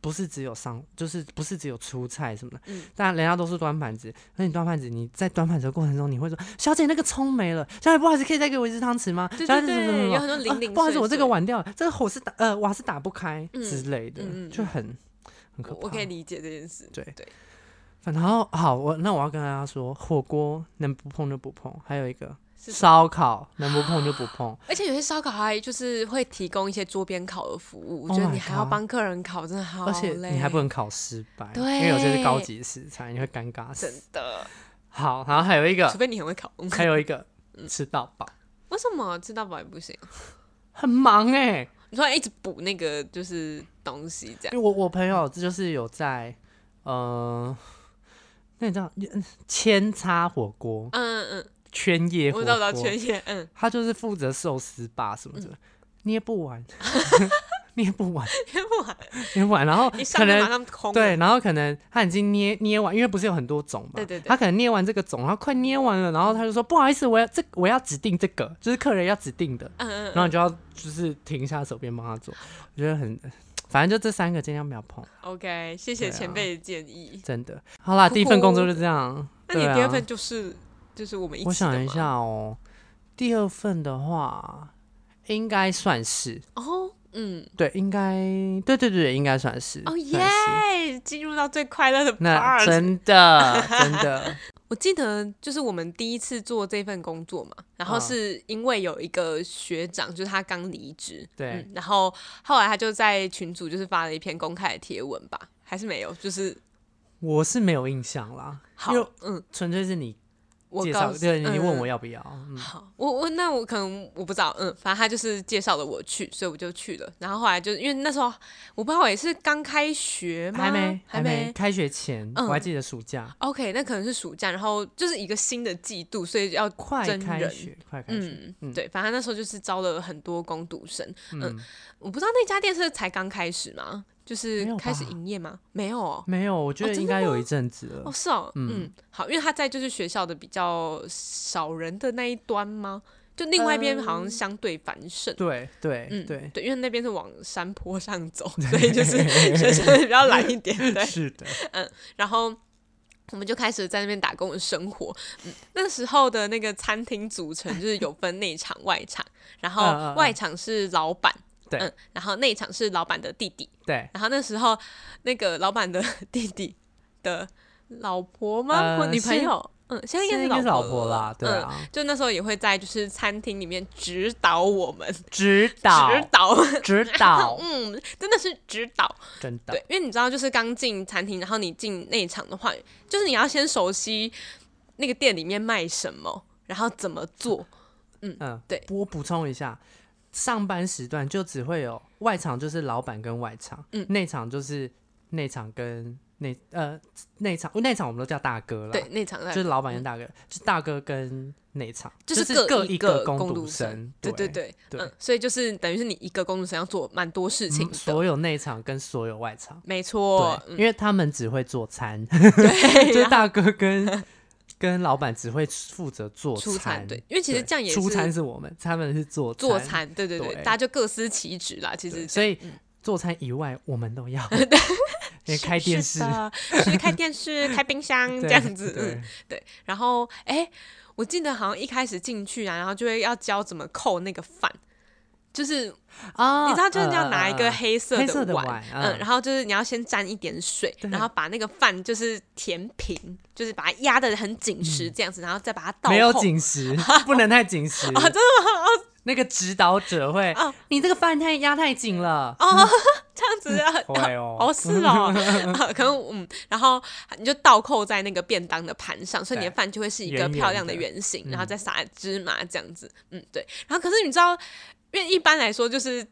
A: 不是只有上，就是不是只有出菜什么的，
B: 嗯
A: 但人家都是端盘子，那你端盘子，你在端盘子的过程中，你会说，小姐那个葱没了，小姐不好意思，可以再给我一只汤匙吗？
B: 对
A: 小
B: 对
A: 姐
B: 对
A: 怎么怎么怎么
B: 有很多零
A: 啊
B: 零
A: 不好意思，
B: 碎
A: 我这个
B: 碎
A: 碗掉了，这个火是打呃瓦是打不开
B: 嗯
A: 之类的，
B: 嗯嗯嗯
A: 就很很可
B: 我
A: 怕。
B: 我可以理解这件事。
A: 对
B: 对，
A: 反然后好，我那我要跟大家说，火锅能不碰就不碰，还有一个
B: 是
A: 烧烤能不碰就不碰。
B: 而且有些烧烤还就是会提供一些桌边烤的服务，我
A: Oh
B: 觉得
A: my
B: 你还要
A: God
B: 帮客人烤，真的好
A: 而且
B: 哦累，
A: 你还不能烤失败，
B: 对
A: 因为有些是高级食材，你会尴尬
B: 真
A: 死。
B: 的，
A: 好，然后还有一
B: 除
A: 个，
B: 非你很会烤。
A: 还有一个
B: 嗯
A: 吃到饱，
B: 为什么吃到饱也不行？啊
A: 很忙哎、
B: 你突然一直补那个就是东西这样，
A: 因为我我朋友就是有在，呃，那你知道千叉火锅、
B: 嗯嗯
A: 圈叶
B: 嗯，
A: 火
B: 我知道我知道嗯
A: 锅，
B: 圈线，嗯，
A: 他就是负责寿司吧什么的，捏不完， 捏不完，
B: 天不完，
A: 捏不完，然 后
B: 一
A: 可
B: 上就
A: 能
B: 马上空了，
A: 对，然后可能他已经捏捏完，因为不是有很多种嘛，
B: 对对对
A: 他可能捏完这个种，然后快捏完了，然后他就说不好意思，我要这我要指定这个，就是客人要指定的，
B: 嗯，嗯嗯，
A: 然后你就要就是停下手边帮他做，我觉得很，反正就这三个尽量不要碰，
B: OK，谢谢
A: 对啊
B: 前辈的建议。
A: 真的。好啦，
B: 哭
A: 第一份工作就这样，
B: 那你
A: 对啊
B: 第二份就是就是我们一起
A: 我想
B: 的
A: 一
B: 吗
A: 下哦，第二份的话应该算是
B: 哦，嗯，
A: 对，应该对对对，应该算是
B: 哦
A: 算是
B: 耶，进入到最快乐的
A: 那
B: part。
A: 真的真的，
B: 我记得就是我们第一次做这份工作嘛，然后
A: 嗯
B: 是因为有一个学长，就是他刚离职，
A: 对
B: 嗯然后后来他就在群组就是发了一篇公开的贴文吧，还是没有，就是
A: 我是没有印象啦，
B: 好
A: 因为，
B: 嗯，
A: 纯粹是你
B: 我
A: 介
B: 告
A: 绍，
B: 诉
A: 对你
B: 嗯
A: 问
B: 嗯
A: 我要不要，嗯，
B: 好，我我那我可能我不知道，嗯，反正他就是介绍了我去，所以我就去了。然后后来就因为那时候我不知道我也是刚开学吗？
A: 还没
B: 还
A: 没。开学前，
B: 嗯
A: 我还记得暑假
B: OK，那可能是暑假，然后就是一个新的季度，所以要
A: 快
B: 真
A: 开
B: 人
A: 学，快开学，
B: 嗯
A: 嗯
B: 对，反正那时候就是招了很多工读生。
A: 嗯，
B: 我不知道那家店是才刚开始吗？就是
A: 没有
B: 开始
A: 吧
B: 营业吗？没有哦，
A: 没有，我觉
B: 哦
A: 得
B: 真
A: 应
B: 的
A: 该有
B: 吗
A: 一阵子了
B: 哦，，是哦，
A: 嗯
B: 嗯，好，因为他在就是学校的比较少人的那一端吗？就另外一边好像相对繁盛。
A: 嗯对对
B: 嗯，
A: 对，
B: 对，因为那边是往山坡 上走，所以就是学生比较懒一点，对。
A: 是的，
B: 然后我们就开始在那边打工的生活。嗯，那时候的那个餐厅组成就是有分内场、外场，
A: 嗯嗯
B: 然后
A: 嗯
B: 外场是老板，
A: 对
B: 嗯，然后内场是老板的弟弟，
A: 对，
B: 然后那时候那个老板的弟弟的老婆吗？
A: 呃
B: 或女朋
A: 是
B: 友？嗯，现在应该
A: 现在
B: 是
A: 应该是老
B: 老婆
A: 婆
B: 了
A: 啦，对
B: 嗯
A: 啊，
B: 就那时候也会在就是餐厅里面指导我们，
A: 指导
B: 指导，
A: 指导，
B: 嗯，真的是指导，
A: 真的
B: 对，，因为你知道，就是刚进餐厅，然后你进内场的话，就是你要先熟悉那个店里面卖什么，然后怎么做。
A: 嗯，
B: 对。
A: 我补充一下，上班时段就只会有外场，就是老板跟外场，
B: 嗯
A: 内场就是内场跟内呃内场，内场我们都叫大哥啦，
B: 对，，内场在
A: 就是老板跟大哥，就大哥跟内场，
B: 嗯就是
A: 是
B: 各一
A: 一
B: 个
A: 个
B: 工
A: 读
B: 读生对对
A: 对。
B: 对，
A: 对
B: 嗯，所以就是等于是你一个工读生要做蛮多事情
A: 嗯
B: 的，
A: 所有内场跟所有外场，
B: 没错，
A: 对，
B: 嗯
A: 因为他们只会做 餐，
B: 对，
A: 就是
B: 然后
A: 大哥 跟跟老板只会负责做
B: 出餐对，因为其实
A: 对
B: 这样也
A: 出餐
B: 是
A: 是我们，他们是做
B: 做餐，对对对，
A: 对
B: 大家就各司其职啦，其实
A: 对所以
B: 嗯
A: 做餐以外我们 都要，连开电视
B: 是，的，是开电视、开冰箱这
A: 对
B: 样子，嗯
A: 对，
B: 对，然后哎、诶我记得好像一开始进去啊，然后就会要教怎么扣那个饭，就是、
A: 啊
B: 你知道，就是要拿一
A: 嗯
B: 个
A: 嗯嗯
B: 黑色
A: 黑色的
B: 碗，
A: 碗
B: 嗯
A: 嗯
B: 然后就是你要先沾一点水，
A: 对
B: 然后把那个饭就是填平，就是把它压的很紧实这样子，然后再把它倒扣。
A: 嗯没有紧 实，不能太紧实啊！真的
B: 哦
A: 吗？那个指导者会
B: 啊，
A: 你这个饭太压太紧了，
B: 哦，这样子啊，
A: 会哦
B: 哦 是哦，啊可能嗯，然后你就倒扣在那个便当的盘上，所以你的
A: 对
B: 饭就会是一个
A: 圆圆
B: 漂亮的
A: 的
B: 圆形，
A: 嗯
B: 然后再撒芝麻这样子，嗯对，然后可是你知道，因为一般来说就是。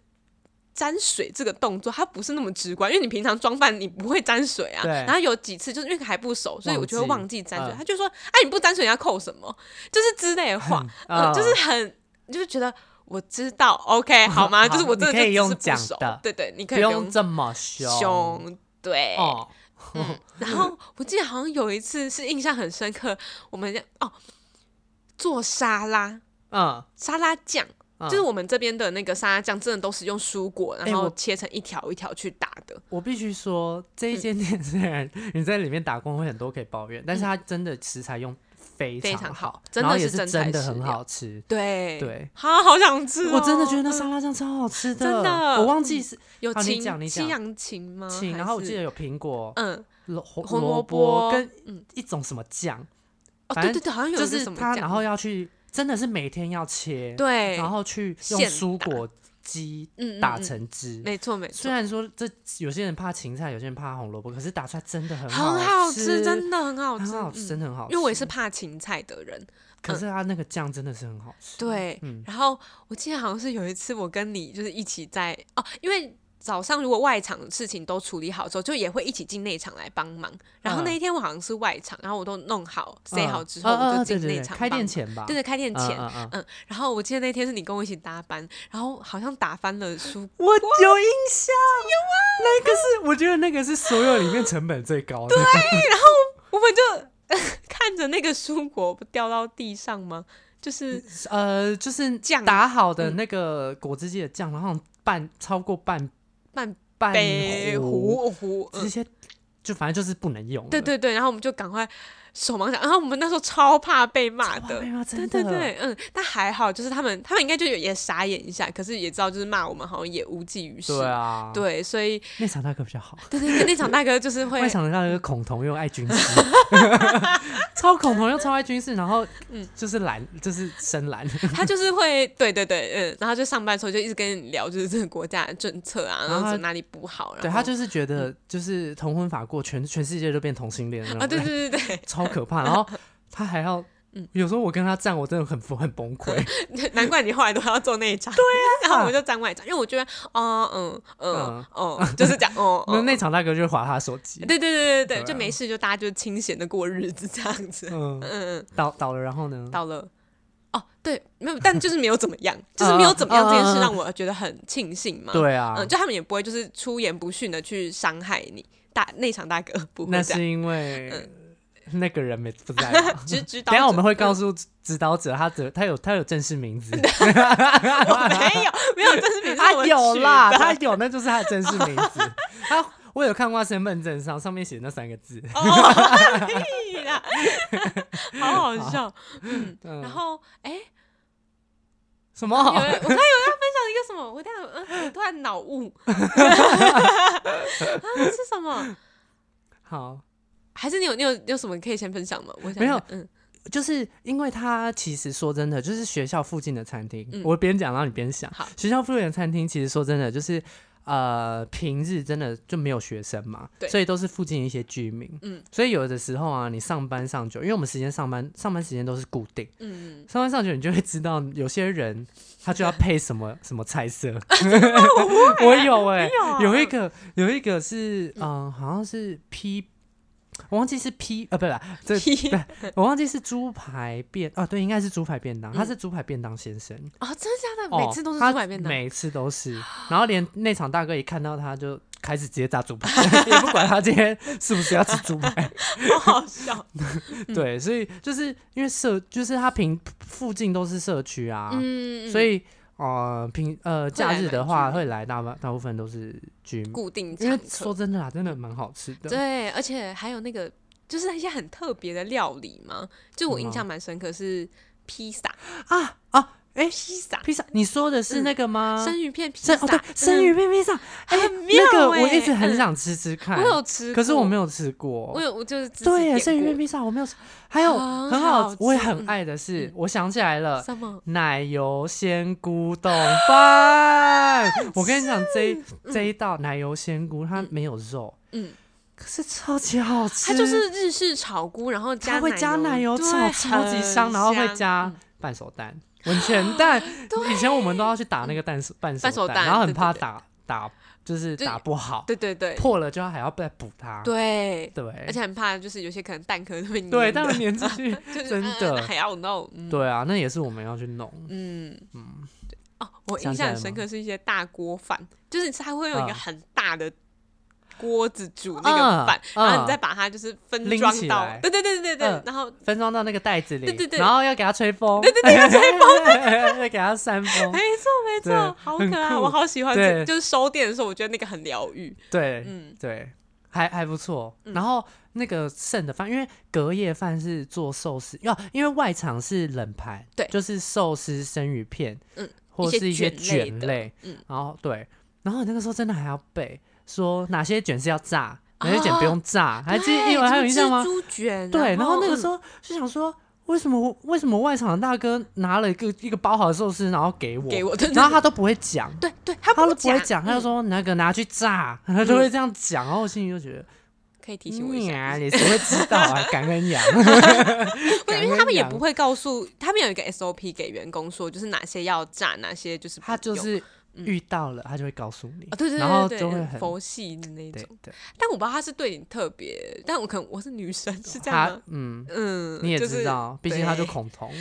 B: 沾水这个动作，它不是那么直观，因为你平常装饭你不会沾水啊。
A: 对
B: 然后有几次就是因为还不熟，所以我就会忘
A: 忘
B: 记沾水。
A: 嗯
B: 他就说：“哎、你不沾水你要扣什么？”就是之类的话，
A: 啊
B: 嗯就是很就是觉得我知道，OK 好
A: 好
B: 吗？就是我真的
A: 你可以
B: 就只是
A: 用讲
B: 不熟
A: 的
B: 对对，你可
A: 不
B: 以
A: 用这么凶
B: 凶，对。
A: 哦。
B: 嗯，然后我记得好像有一次是印象很深刻，我们哦做沙拉
A: 嗯，
B: 沙拉酱，
A: 嗯
B: 就是我们这边的那个沙拉酱，真的都是用蔬果，然
A: 哎
B: 后
A: 我
B: 切成一条一条去打的。
A: 我必须说，这一间店虽然你在里面打工会很多可以抱怨，但是它真的食材用非
B: 嗯非
A: 常
B: 常好
A: 好，
B: 真的
A: 然后也
B: 是真材
A: 真的
B: 实
A: 很
B: 料
A: 好吃。
B: 对
A: 对，
B: 好好想吃、哦，
A: 我真的觉得那
B: 嗯
A: 沙拉酱超好吃
B: 真的
A: 我忘记是
B: 有
A: 好你
B: 芹
A: 讲你
B: 西
A: 讲
B: 洋芹吗？
A: 请，
B: 还
A: 然后我记
B: 是
A: 得有苹果，
B: 嗯，
A: 萝红
B: 红
A: 萝
B: 萝
A: 卜
B: 卜
A: 跟
B: 嗯
A: 一种什么酱，
B: 哦，
A: 反
B: 对
A: 正
B: 对对，好像有
A: 就
B: 一个
A: 是
B: 什么
A: 它，
B: 酱
A: 然后要去真的是每天要切，，
B: 对，
A: 然后去用
B: 现
A: 蔬
B: 打
A: 果机
B: 嗯嗯
A: 打
B: 嗯
A: 成汁。
B: 没错没
A: 虽
B: 错，
A: 然说这有些人怕芹菜，有些人怕红萝卜，可是打出来真的很
B: 很
A: 好
B: 好吃，真的很好
A: 很
B: 吃，
A: 好
B: 嗯
A: 吃，真的很好吃。
B: 因为我也是，怕芹菜的人，
A: 可是它那个酱真的是很好吃。
B: 对，
A: 嗯
B: 然后我记得好像是有一次我跟你就是一起在哦，因为早上如果外场的事情都处理好之后，就也会一起进内场来帮忙。然后那一天我好像是外场，然后我都弄好塞
A: 嗯
B: 好之后，
A: 嗯嗯
B: 我
A: 嗯
B: 就
A: 对对
B: 进内
A: 对
B: 场
A: 开
B: 帮
A: 店
B: 忙
A: 前吧，
B: 对对，开店
A: 嗯
B: 前。
A: 嗯嗯
B: 嗯，然后我记得那天是你跟我一起搭班，然后好像打翻了书，
A: 我有印象，有啊，那个是我觉得那个是所有里面成本最高的，
B: 我们就 看着那个蔬果不掉到地上吗？就是
A: 呃，就是
B: 酱嗯
A: 打好的那个果汁机的酱，然后半超过半
B: 半
A: 半
B: 杯
A: 壶，
B: 糊糊，嗯
A: 这些就反正就是不能用了。
B: 对对对，然后我们就赶快手忙脚，然后我们那时候超怕被骂的，
A: 对啊，真
B: 对
A: 的
B: 对对，嗯，但还好，就是他们，他们应该就有也傻眼一下，可是也知道，就是骂我们好像也无济于事。
A: 对啊，
B: 对所以
A: 内场大哥比较好，
B: 对对对，那场大哥就是会嗯
A: 外，场大哥孔同又爱军 事，超孔同又超爱军事，然后
B: 嗯
A: 就是蓝，就是深蓝，
B: 他就是会，对对对，嗯，然后就上班的时候就一直跟你聊，就是这个国家的政策啊，
A: 然
B: 然
A: 后
B: 后
A: 他
B: 哪里不好，然后
A: 对他就是觉得就是同婚法过，全全世界都变同性恋了
B: 嗯啊，对对对对嗯
A: 超可怕。然后他还要，有时候我跟他站，我真的很很崩溃。
B: 对，难怪你后来都要做那一场，对啊，然后我们就站外场，因为我觉得，哦嗯嗯哦，就是讲哦，
A: 那
B: 哦
A: 那场大哥就是划他手机，
B: 对对对对对，
A: 对啊
B: 就没事，就大家就清闲的过日子这样子，
A: 嗯，
B: 嗯。
A: 倒倒了，然后呢？
B: 到了。哦，对，没有，但就是没有怎么样，就是没有
A: 嗯
B: 怎么样这件事让我觉得很庆幸嘛。、
A: 对啊，
B: 嗯，就他们也不会就是出言不逊的去伤害你，大内场大哥不会
A: 那
B: 这样，呃
A: 是因为那个人没不 在嘛。
B: 只知道。
A: 等一下我们会告
B: 诉，
A: 诉指导者，他的他有他有正式名字，
B: 我没有没有，这是比
A: 他啊有啦， 他
B: 他
A: 有，那就是他的真实名字。他我有看过他身份证上上面写那三个字，
B: 哦，屁啦，好好笑。
A: 嗯
B: 然后，哎、
A: 什
B: 有
A: 么？
B: 人我刚有人要分享一个什么，我突然、嗯我突然脑雾， 啊是什么？
A: 好，
B: 还是你有你有你有什么可以先分享吗？我想
A: 没有
B: 想嗯，
A: 就是因为他其实说真的，就是学校附近的餐厅，
B: 嗯
A: 我边讲然后你边想
B: 好，
A: 学校附近的餐厅其实说真的就是。呃，平日真的就没有学生嘛，
B: 对
A: 所以都是附近一些居民，
B: 嗯
A: 所以有的时候啊，你上班上久，因为我们时间上班上班时间都是固定，
B: 嗯。
A: 上班上久你就会知道有些人他就要配什么 什么菜 色，我有哎、
B: 有啊
A: 有一个有一个是嗯、呃好像是 P，我忘记是 P 呃，不是啦这
B: 屁
A: 对我忘记是猪排便啊，对，应该是猪排便当，他是猪排便当先生，
B: 嗯哦，真的假的？
A: 哦
B: 每次都是猪排便
A: 他
B: 当，
A: 每次都是，然后连内场大哥一看到他就开始直接炸猪 排，也不管他今天是不是要吃猪排，
B: 好好笑。
A: 对，所以就是因为社，就是他平附近都是社区啊，
B: 嗯，
A: 所以呃平呃假
B: 来
A: 日
B: 买
A: 的
B: 居
A: 话
B: 民
A: 会来大大部分都是居民，
B: 固定
A: 因为
B: 常
A: 说
B: 客。
A: 真的啦，真的蛮好吃的，
B: 对，而且还有那个，就是一些很特别的料理嘛，就我
A: 什么
B: 印象蛮深刻是披萨，
A: 啊啊，哎、
B: 披萨，嗯
A: 披萨，你说的是那个吗？
B: 生鱼片披萨
A: 嗯
B: 嗯
A: 生，哦对，生鱼片披萨，哎、
B: 很妙
A: 那个我一直
B: 欸
A: 很
B: 嗯
A: 想吃吃看，
B: 嗯，我有吃，
A: 可是我没
B: 有，
A: 有吃过。
B: 我有，我就是自己
A: 对耶，
B: 点
A: 生鱼
B: 过
A: 片披萨我没有吃，还有
B: 很
A: 很好
B: 好
A: 吃，我也
B: 吃
A: 很
B: 嗯
A: 爱的是，我想起来了。
B: 什么？
A: 奶油仙菇冻 饭，我跟你讲，这一这一道奶油仙菇它没有肉，
B: 嗯，
A: 可是超级好吃。
B: 它就是日式炒菇，然后
A: 它
B: 加
A: 会加奶油
B: 对
A: 炒，超级香，
B: 很
A: 然后会
B: 香嗯哦
A: 加半熟蛋、温泉蛋。以前我们都要去打那个蛋半
B: 半
A: 熟
B: 熟
A: 蛋，
B: 蛋
A: 然后很
B: 对对
A: 怕
B: 对
A: 打打就是
B: 就
A: 打不好，
B: 对对对
A: 破了就要还要再补它。
B: 对，
A: 对，
B: 而且很怕就是有些可能蛋壳特别黏的，
A: 对，但是粘进去
B: 就是
A: 真
B: 嗯
A: 的
B: 还要弄，嗯
A: 对啊，那也是我们要去弄。
B: 嗯哦，我
A: 想
B: 印
A: 起来了
B: 象很深刻是一些大锅饭，就是它会用一
A: 嗯
B: 个很大的锅子煮那个饭，
A: 嗯
B: 然
A: 嗯
B: 后你再把它就是分
A: 拎起
B: 装
A: 来
B: 到，对对对对对对，
A: 嗯
B: 然后
A: 分装到那个袋子里，
B: 对对对
A: 然后要给它吹风，对对对，要吹风， 要给它扇风
B: 没，错没
A: 对
B: 错，好可
A: 很
B: 爱，
A: 酷
B: 我好喜欢
A: 对
B: 这，就是收店的时候，我觉得那个很疗愈，
A: 对，
B: 嗯
A: 对，还还不错。然后那个剩的饭，因为隔夜饭是做寿司，要因为外场是冷盘，
B: 对
A: 就是寿司、生鱼片，
B: 嗯，
A: 或是
B: 一
A: 一
B: 些
A: 些
B: 卷类
A: 卷
B: 的
A: 类，
B: 嗯
A: 然后对，然后那个时候真的还要背说哪些卷是要炸，奶油卷
B: 啊
A: 不用炸，还记得有还有印象吗
B: 蜘？蛛卷，嗯
A: 对，然后那个时
B: 候
A: 候就想说，为什么为什么外场的大哥拿了一个一个包好的寿司，然后给我，
B: 给我对对
A: 然后他都不会讲，
B: 对对，他
A: 他
B: 不
A: 都不会讲，
B: 讲，嗯
A: 他就说那个拿去炸，他就会这样讲，然后我心里就觉得，嗯
B: 可以提醒我一下。
A: 呀，你谁会知道 啊？感恩羊，
B: 不是，
A: 感
B: 因为
A: 恩
B: 他们也
A: 羊
B: 不，会告诉，他们有一个 SOP 给员工说，就是哪些要炸，哪些就是不
A: 他就
B: 用
A: 是遇到了，他就会告诉你
B: 啊，，嗯对对
A: 然后
B: 对对
A: 就会
B: 对，
A: 很
B: 佛系的那
A: 对
B: 种。
A: 对，
B: 但我不知道他是对你特别，但我可能我是女生，是这样
A: 他
B: 吗？
A: 嗯。
B: 嗯，
A: 你也
B: 就是
A: 知，道，毕竟他就
B: 对
A: 恐 同，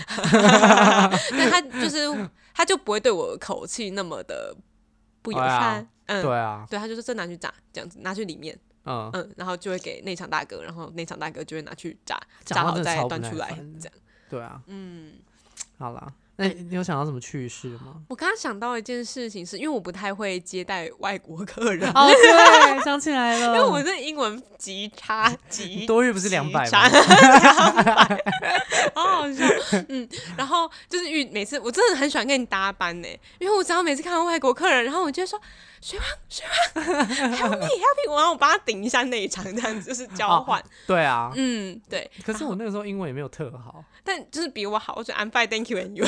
B: 但他就是他就不会对我口气那么的不友
A: 哎呀
B: 善，嗯，
A: 对啊，
B: 对，他就是这拿去炸，这样子拿去里面，
A: 嗯，
B: 嗯，然后就会给内场大哥，然后内场大哥就会拿去炸，
A: 讲
B: 炸
A: 话
B: 好
A: 真的
B: 再
A: 超不
B: 端
A: 耐
B: 出来
A: 烦，
B: 这样。
A: 对啊，
B: 嗯，哎
A: 好啦，那你有想到什么趣事吗？
B: 我刚刚想到一件事情是，因为我不太会接待外国客人，
A: 哦，对，想起来了，
B: 因为我这英文极差，极
A: 多日不是
B: 极
A: 两百
B: 差？
A: 吗
B: 两百，好好笑。嗯，然后就是遇每次我真的很喜欢跟你搭班呢，因为我只要每次看到外国客人，然后我就会说水王水王，help me help me，然后我帮他顶一下内场，这样子就是 交换。
A: 对啊，
B: 嗯，对。
A: 可是我那个时候英文也没有特好，
B: 但就是比我好，我觉得 I'm fine, thank you and you。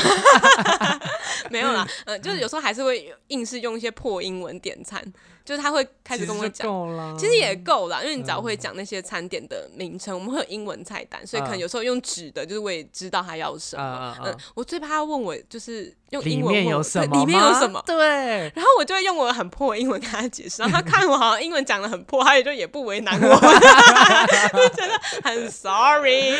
B: 没有啦，嗯，就是有时候还是会硬是用一些破英文点餐，就是他会 开始跟我
A: 其实就
B: 讲。
A: 够啦，
B: 其实也够啦，因为你只要会讲那些餐点的名称，我们会有英文菜单，所以可能
A: 嗯
B: 有时候用纸的，就是我也知道他要什么。
A: 嗯嗯嗯
B: 嗯，我最怕他问我，就是用
A: 里
B: 英文问
A: 面有
B: 我
A: 什
B: 对
A: 么吗？
B: 里面有什么，
A: 对，
B: 然后我就会用我很破的英文跟他解释，然后他看我好像英文讲的很破，他也就也不为难我， 就觉得很 sorry。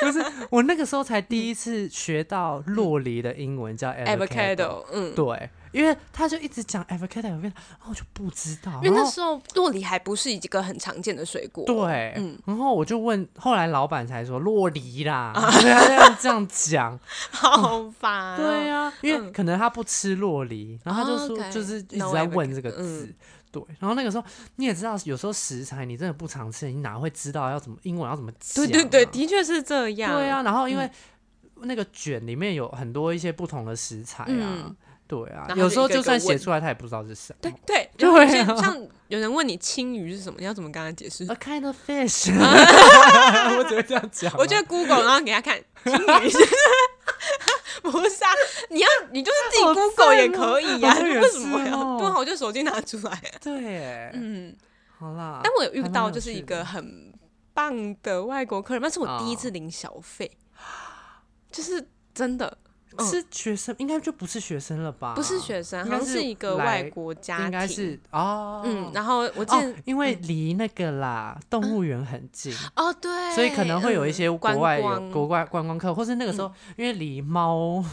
A: 不是我那个时候才第一次学到洛梨的英文叫 avocado，
B: Avocado，嗯，
A: 对，因为他就一直讲 avocado，然后我就不知道，
B: 因为
A: 然
B: 那
A: 后
B: 时候洛梨还不是一个很常见的水果，
A: 对，
B: 嗯
A: 然后我就问，后来老板才说洛梨 啦，对啊，这样这样讲，
B: 好
A: 嗯
B: 烦、哦
A: 对啊
B: 呀、
A: 呀、因为可能他不吃洛梨，然后他就
B: 哦
A: 说、
B: ，OK
A: 就是一
B: No
A: 直在问这个
B: avocado，
A: 字。
B: 嗯
A: 对，然后那个时候你也知道，有时候食材你真的不常吃，你哪会知道要怎么英文要怎么讲、
B: 对
A: 啊？
B: 对对，嗯的确是这样。
A: 对啊。然后因为那个卷里面有很多一些不同的食材啊，
B: 嗯
A: 对啊，
B: 然后
A: 有时候
B: 就
A: 就
B: 一个
A: 算
B: 一个问
A: 写出来，他也不知道是什么
B: 对。对
A: 对
B: 有些
A: 嗯啊呃
B: 像有人问你青鱼是什么，你要怎么跟他解释
A: A？kind of fish，我只会这样讲啊。
B: 我就 Google，然后给 他看青鱼是。 不是啊，你要你就是自己
A: 好
B: Google 也
A: 赞哦
B: 可以呀、
A: 好像也
B: 为什么
A: 是
B: 要？
A: 哦
B: 对啊，我就手机拿出来。
A: 对，
B: 嗯，
A: 好啦。
B: 但我有遇
A: 还蛮
B: 到
A: 哦有
B: 就是
A: 趣
B: 一
A: 的
B: 个很棒的外国客人，那是我第一
A: 哦
B: 次领小费，就是真的嗯
A: 是学生，应该就不是学生了吧？
B: 不是学生，
A: 哦应
B: 好
A: 该
B: 像
A: 是
B: 是一个
A: 来
B: 外国家庭，
A: 应该是哦，
B: 嗯，然后我记得
A: 哦，因为离那个啦动物园很近，
B: 哦对，
A: 所以可能会有一些国
B: 嗯观
A: 外有
B: 光嗯
A: 国外观光客，或是那个时候因为离猫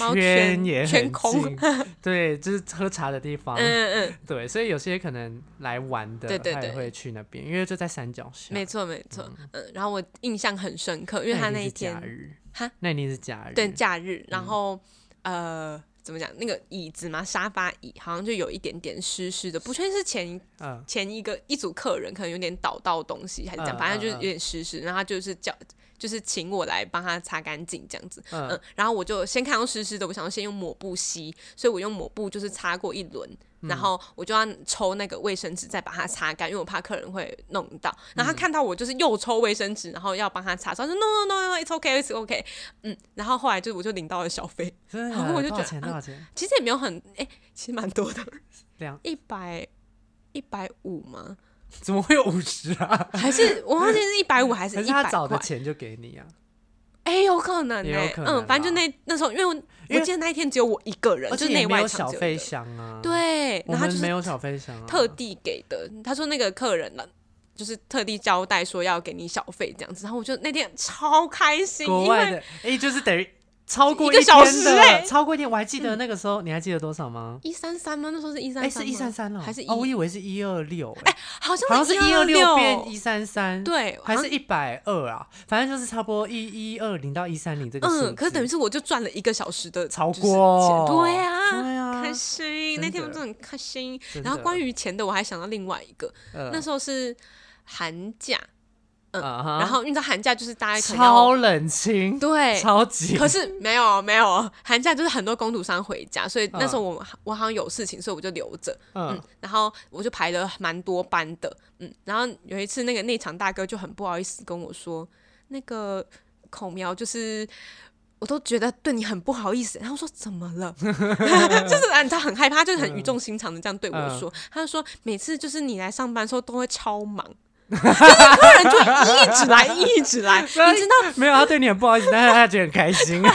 B: 猫
A: 圈
B: 圈
A: 也很
B: 圈空
A: 近， 对，就是喝茶的地方，
B: 嗯嗯，
A: 对，所以有些可能来玩的，
B: 对对
A: 他也
B: 对
A: 会去那边，因为就在山脚下。
B: 没错没错，嗯，然后我印象很深刻，因
A: 因
B: 为他那一
A: 一定是假
B: 天
A: 日，
B: 哈，
A: 那一定是假日，
B: 对假日，嗯然后呃。怎么讲？那个椅子嘛，沙发椅好像就有一点点湿湿的，不确定是前一
A: 嗯，
B: 前一个一组客人可能有点倒到东西还是这样，
A: 嗯
B: 反正就是
A: 嗯嗯
B: 有点湿湿，然后他就是叫就是请我来帮他擦干净这样子，
A: 嗯
B: 嗯，然后我就先看到湿湿的，我想要先用抹布吸，所以我用抹布就是擦过一轮，
A: 嗯
B: 然后我就要抽那个卫生纸再把它擦干，因为我怕客人会弄到。
A: 嗯
B: 然后他看到我就是又抽卫生纸，然后要帮他擦，他说 no no no no it's okay it's okay，嗯，然后后来就我就领到了小费，
A: 真的
B: 然
A: 假
B: 后我
A: 的
B: 就
A: 多少
B: 觉得
A: 钱？
B: 啊
A: 多少钱？
B: 其实也没有很哎、其实蛮多的，
A: 两
B: 一百一百五吗？
A: 怎么会有五十 啊？
B: 还是我忘记是一百五还是
A: 可
B: 一
A: 是
B: 百
A: 他找
B: 块
A: 的？钱就给 你啊？
B: 哎、有可能
A: 也
B: 呢、
A: 有可能
B: 嗯，反正就那那时候，因为我
A: 因为
B: 我记得那一天只有我一个人，
A: 而且
B: 就是
A: 也
B: 内
A: 没
B: 外
A: 有
B: 场
A: 小
B: 只有
A: 费
B: 一个人
A: 箱啊。，
B: 对，
A: 我
B: 然后他
A: 们
B: 就
A: 没
B: 是
A: 有小费箱啊。
B: 特地给的，他说那个客人了。就是特地交代说要给你小费这样子，然后我就那天超开心，
A: 国
B: 因
A: 外
B: 为
A: 的，哎，就是等于超过
B: 一个
A: 天
B: 小时嗯
A: 的
B: 欸
A: 超过一天。我还记得那个时候，你还记得多少吗？
B: 一三三吗？那时候是一
A: 哎，是
B: 三三，
A: 一三三了，
B: 还是
A: 哦，我
B: 一
A: 以为是一二六，哎，
B: 好像
A: 好像是一二六
B: 六
A: 变一，三三，，
B: 对，
A: 还
B: 好
A: 是
B: 像
A: 一百二啊？反正就是差不多一一二零到一三零这个数字。
B: 嗯，可是等于是我就赚了一个小时的
A: 超
B: 就是
A: 过哦
B: 钱对啊，
A: 对啊
B: 开心，那
A: 真
B: 天我
A: 的
B: 真的很开心。
A: 真
B: 然后
A: 的嗯
B: 关于钱的，我还想到另外一个，
A: 呃
B: 那时候是寒假，
A: 嗯
B: 然
A: 然
B: 后因为到寒假就是大家可能要
A: 超冷清，
B: 对，
A: 超级，
B: 可是没有没有，寒假就是很多工读生回家，所以那时候我、我好像有事情，所以我就留着，嗯
A: 嗯，，
B: 然后我就排了蛮多班的，嗯，然后有一次那个内场大哥就很不好意思跟我说，那个口苗就是。我都觉得对你很不好意思，然后我说怎么了？ 就是啊，他很害怕，就是很语重心长的这样对我说。他就说每次就是你来上班的时候都会超忙， 就是客人就一直来一直来，嗯你知道
A: 哎没有，他对你很不好意思，但是他觉得很开 心。
B: 然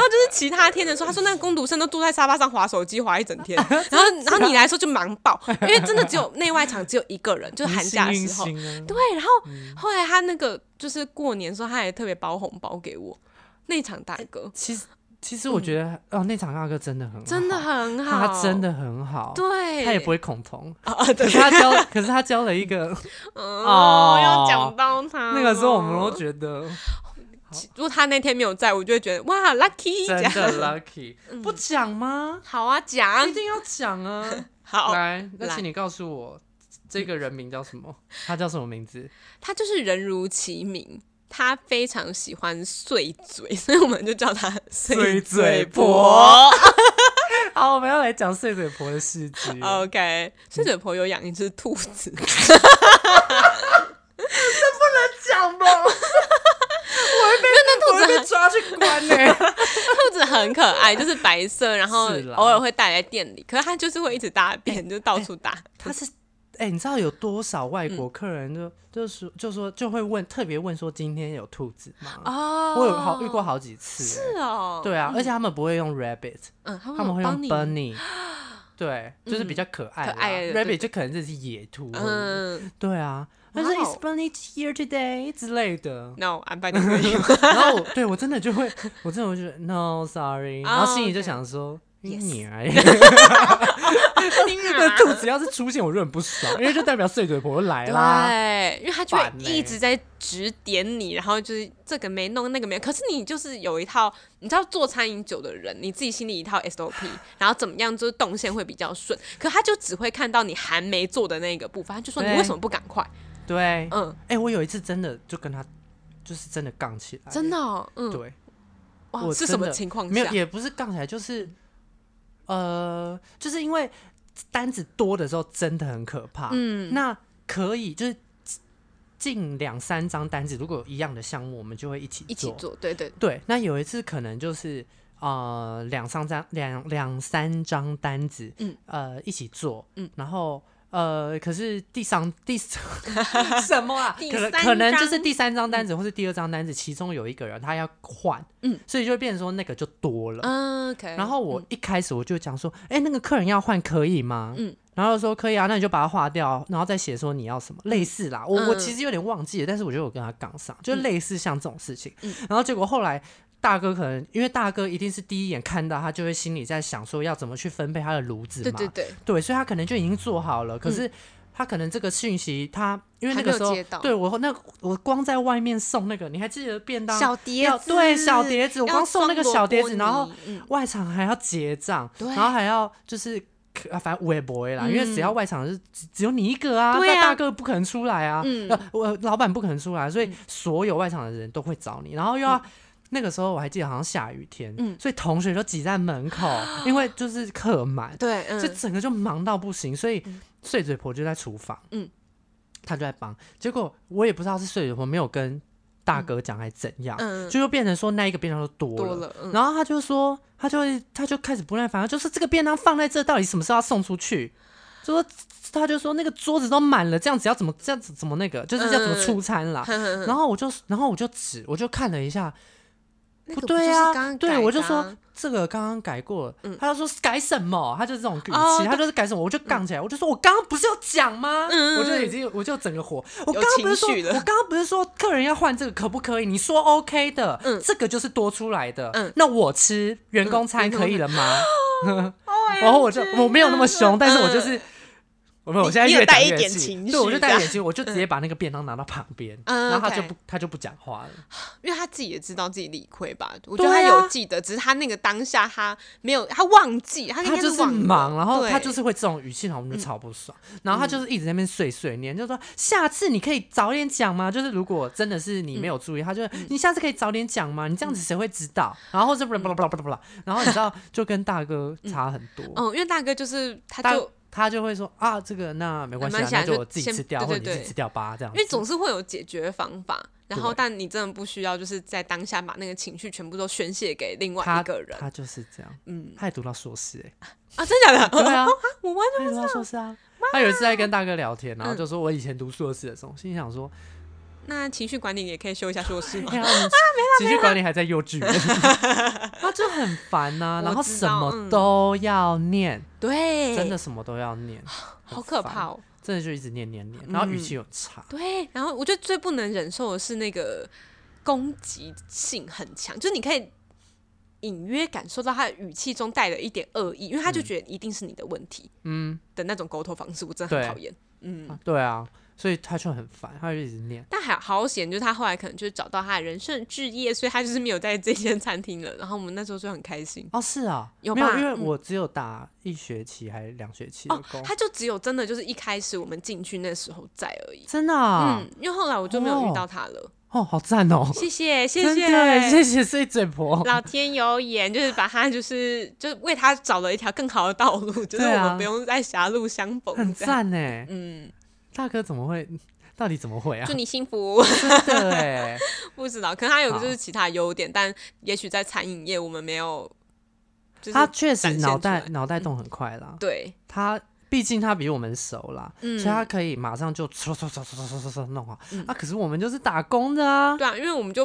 B: 后就是其他天的时候，他说那个工读生都坐在沙发上划手机划一整天， 然
A: 啊
B: 后然后你来的时候就忙爆，因为真的只有内外场只有一个人，就是寒假的时候。
A: 明星明星啊
B: 对，然后后来他那个就是过年的时候，他也特别包红包给我，内场大哥
A: 其实其实我觉得，哦，那场大哥真的很好，
B: 真的很好，
A: 他真的很好，
B: 对，
A: 他也不会恐同，嗯
B: 啊啊，
A: 可
B: 对，
A: 是他交， 可是他交了一个，
B: 哦，要讲到他
A: 那个时候我们
B: 了
A: 都觉得
B: 如果他那天没有在，我就会觉得哇，lucky，
A: 真
B: 这
A: 的
B: 样
A: lucky，不讲吗？
B: 好啊，讲
A: 一定要讲啊！
B: 好，
A: 嗯来，嗯那
B: 来
A: 请你告诉我，这个人名叫什么？他叫什么名字？
B: 他就是人如其名，他非常喜欢碎嘴， 所以我们就叫他
A: 碎嘴
B: 婆
A: 婆。好，我们要来讲碎嘴婆的事 迹。
B: OK，碎嘴婆有养一只兔 子，
A: 讲吧， 我 会被那兔子抓去关呢、欸
B: 兔子很可爱，就是白色，然后
A: 是啦
B: 偶尔会带来店里，可是它就是会一直大便，就到处大。
A: 他是，哎、你知道有多少外国客人就、就说就说就会问，特别问说今天有兔子吗？
B: 哦
A: 我有好遇过好几次、哎
B: 是哦，，
A: 对啊，而且他们不会用 rabbit，
B: 嗯，他
A: 他们会用
B: 帮你，
A: bunny。
B: 嗯
A: 对，就是比较可爱啦、
B: 可爱的对
A: rabbit 就可能这是野兔，嗯，
B: 嗯
A: 对啊，他说 is bunny here today 之类 的，
B: ，No，I'm by the way，
A: 然后我对我真的就会，我真的会觉得 no sorry，
B: 哦
A: 然后心里就
B: OK
A: 想说。
B: Yes 啊
A: 你 啊！那肚子要是出现，我就很不爽，因为就代表碎嘴婆来啦。
B: 对，因为他就会
A: 烦欸
B: 一直在指点你，然后就是这个没弄，那个没弄。可是你就是有一套，你知道做餐饮酒的人，你自己心里一套 SOP，然后怎么样就是动线会比较顺。可他就只会看到你还没做的那个部分，他就说你
A: 对
B: 为什么不赶快？
A: 对，
B: 嗯，
A: 哎，我有一次真的就跟他，就是真的杠起来，
B: 真的、哦，嗯，
A: 对，
B: 哇，
A: 我
B: 是什
A: 真
B: 么
A: 的
B: 情况
A: 没有
B: 下？
A: 也不是杠起来，就是呃，就是因为单子多的时候真的很可怕。
B: 嗯，
A: 那可以就是近两三张单子，如果有一样的项目，我们就会一起
B: 一起做，对对，
A: 对，那有一次可能就是呃两三张两两三张单子，
B: 嗯，
A: 呃一起做，
B: 嗯，
A: 然后呃可是第三第 什么啊？
B: 第
A: 可能
B: 三
A: 可能就
B: 张
A: 是第三张单子或是第二张单子，其中有一个人他要换，
B: 嗯，
A: 所以就会变成说那个就多了。
B: 嗯，OK。
A: 然后我一开始我就讲说，哎、那个客人要换可以吗？
B: 嗯
A: 嗯，然后说可以啊，那你就把它划掉，然后再写说你要什么，类似啦。我、我
B: 嗯
A: 其实有点忘记了，但是我觉得我跟他杠上，就
B: 嗯
A: 类似像这种事情。
B: 嗯
A: 然后结果后来。大哥可能因为大哥一定是第一眼看到他就会心里在想说要怎么去分配他的炉子
B: 对
A: 嘛，
B: 对对，
A: 对，所以他可能就已经做好了，可是他可能这个讯息他因为那个时
B: 还
A: 候
B: 没有接到
A: 对我那我光在外面送那个，你还记得便当
B: 小碟
A: 要
B: 子，
A: 对小碟子，我
B: 要
A: 光送那个
B: 装
A: 小碟
B: 萝卜
A: 子，然后
B: 泥嗯
A: 外场还要结账，
B: 对
A: 然后还要就是。啊，反正我也不会啦，因为
B: 嗯
A: 只要外场是只只有你一个啊，
B: 对啊
A: 那大哥不可能出来啊，
B: 嗯
A: 呃我老板不可能出来，所以所有外场的人都会找你，然后又要、那个时候我还记得好像下雨天，
B: 嗯
A: 所以同学都挤在门 口，因为就是客满，
B: 对，
A: 这
B: 嗯，
A: 整个就忙到不行，所以碎嘴婆就在厨房，
B: 嗯
A: 嗯，她就在帮。结果我也不知道是碎嘴婆没有跟大哥讲，还怎样，
B: 嗯
A: 就又变成说那一个便当就多了。
B: 多了，嗯，
A: 然后他就说，他就会他就开始不耐烦，就是这个便当放在这，到底什么时候要送出去？就说他就说那个桌子都满了，这样子要怎么这样子怎么那个，就是要怎么
B: 嗯
A: 出餐啦。
B: 哼哼哼
A: 然后我就然后我就指我就看了一下，
B: 那
A: 不
B: 个
A: 对
B: 就是
A: 啊，
B: 刚刚改
A: 对
B: 的
A: 我就说
B: 啊
A: 这个刚刚改过了，
B: 嗯
A: 他就说改什么，他就是这种语气，
B: 哦
A: 他就是改什么，我就杠起来，我就说我刚刚不是有讲吗？
B: 嗯嗯
A: 我就已
B: 嗯
A: 经我就整个火，我
B: 有
A: 刚刚不是
B: 情
A: 说，
B: 绪了
A: 我刚刚不是说客人要换这个可不可以？你说 OK 的，
B: 嗯
A: 这个就是多出来的，
B: 嗯
A: 那我吃员工餐
B: 员工哦哎
A: 可以了吗？
B: ，OMG
A: 然后我就我没有那么凶，但是我就是。我们我现在
B: 嗯你有
A: 越讲
B: 带一
A: 越
B: 点
A: 气
B: 情
A: 对，我
B: 绪
A: 就
B: 这
A: 带一
B: 样
A: 点情绪，我就直接把那个便当拿到旁边，
B: 嗯
A: 然后他就
B: ，OK
A: 不他就不讲话了。
B: 因为他自己也知道自己理亏吧，我觉得
A: 对
B: 他
A: 啊
B: 有记得，只是他那个当下他没有，他忘记，他应
A: 他
B: 该
A: 就是
B: 忘了
A: 忙，然后
B: 对嗯
A: 他就是会这种语气，然后我们就超不爽。然后他就是一直在那边碎碎念，就说下次你可以早点讲吗？就是如果真的是你没
B: 嗯
A: 有注意，他就你下次可以早点讲吗？你这样子谁会知道？然后这不啦不啦不啦不啦不啦，然后你 知道就跟大哥差很多，
B: 嗯嗯，因为大哥就是他
A: 大
B: 就
A: 他就会说啊这个那没关系
B: 没
A: 啊
B: 关，系啊
A: 那就
B: 就
A: 我自己
B: 先
A: 吃掉，
B: 对
A: 或者
B: 对
A: 你自己
B: 对
A: 吃掉吧，这样
B: 因
A: 子。
B: 为总是会有解决方法，然后
A: 对
B: 但你真的不需要就是在当下把那个情绪全部都宣泄给另外
A: 他
B: 一个人
A: 他就是这样，嗯，他也读到硕士 哎、
B: 啊，真的假的？
A: 对啊，
B: 我完
A: 他也读到硕士啊。他有一次在跟大哥聊天，
B: 嗯
A: 然后就说我以前读硕士的时候，心想说
B: 那情绪管理也可以修一下硕 士吗？
A: 哎呀，你情绪管理还在幼 稚园，他就很烦呐、
B: 我
A: 然后
B: 知
A: 什
B: 道哎
A: 么
B: 嗯
A: 都要念，
B: 对，
A: 真的什么都要念，
B: 好可怕
A: 哦，
B: 哦。
A: 真的就一直念念念，
B: 嗯
A: 然后语气又很差。
B: 对，然后我觉得最不能忍受的是那个攻击性很强，就是你可以隐约感受到他的语气中带了一点恶意，因为
A: 嗯
B: 他就觉得一定是你的问题，嗯的那种沟通方式，我真的
A: 对
B: 很讨厌。嗯
A: 啊对啊，所以他就很烦，他就一直念。
B: 但还好险，就是他后来可能就是找到他的人生置业，所以他就是没有在这间餐厅了。然后我们那时候就很开心
A: 哦，是啊，
B: 有
A: 没有？
B: 吧
A: 因为
B: 嗯
A: 我只有打一学期还两学期的
B: 哦
A: 工，，
B: 他就只有真的就是一开始我们进去那时候在而已。
A: 真的啊，
B: 嗯，因为后来我就没有遇到他了。
A: 哦，好赞哦，
B: 谢谢，谢
A: 真的谢谢碎嘴 婆，
B: 老天有眼，就是把他就是就是为他找了一条更好的道 路，就是
A: 对
B: 我
A: 啊
B: 们不用在狭路相逢
A: 很
B: 这样。
A: 赞哎，
B: 嗯，
A: 大哥怎么会？ 到底怎么会啊
B: 祝？你幸福。
A: 对欸，
B: 不知道，可能他有
A: 好
B: 就是其他优点，但也许在餐饮业我们没有，就是
A: 他确实
B: 展现
A: 脑
B: 出来嗯
A: 袋脑袋动很快啦，
B: 对，
A: 他毕竟他比我们熟啦，
B: 嗯
A: 所以他可以马上就唰唰唰唰唰唰唰弄好、啊。可是我们就是打工的啊，
B: 对啊，因为我们就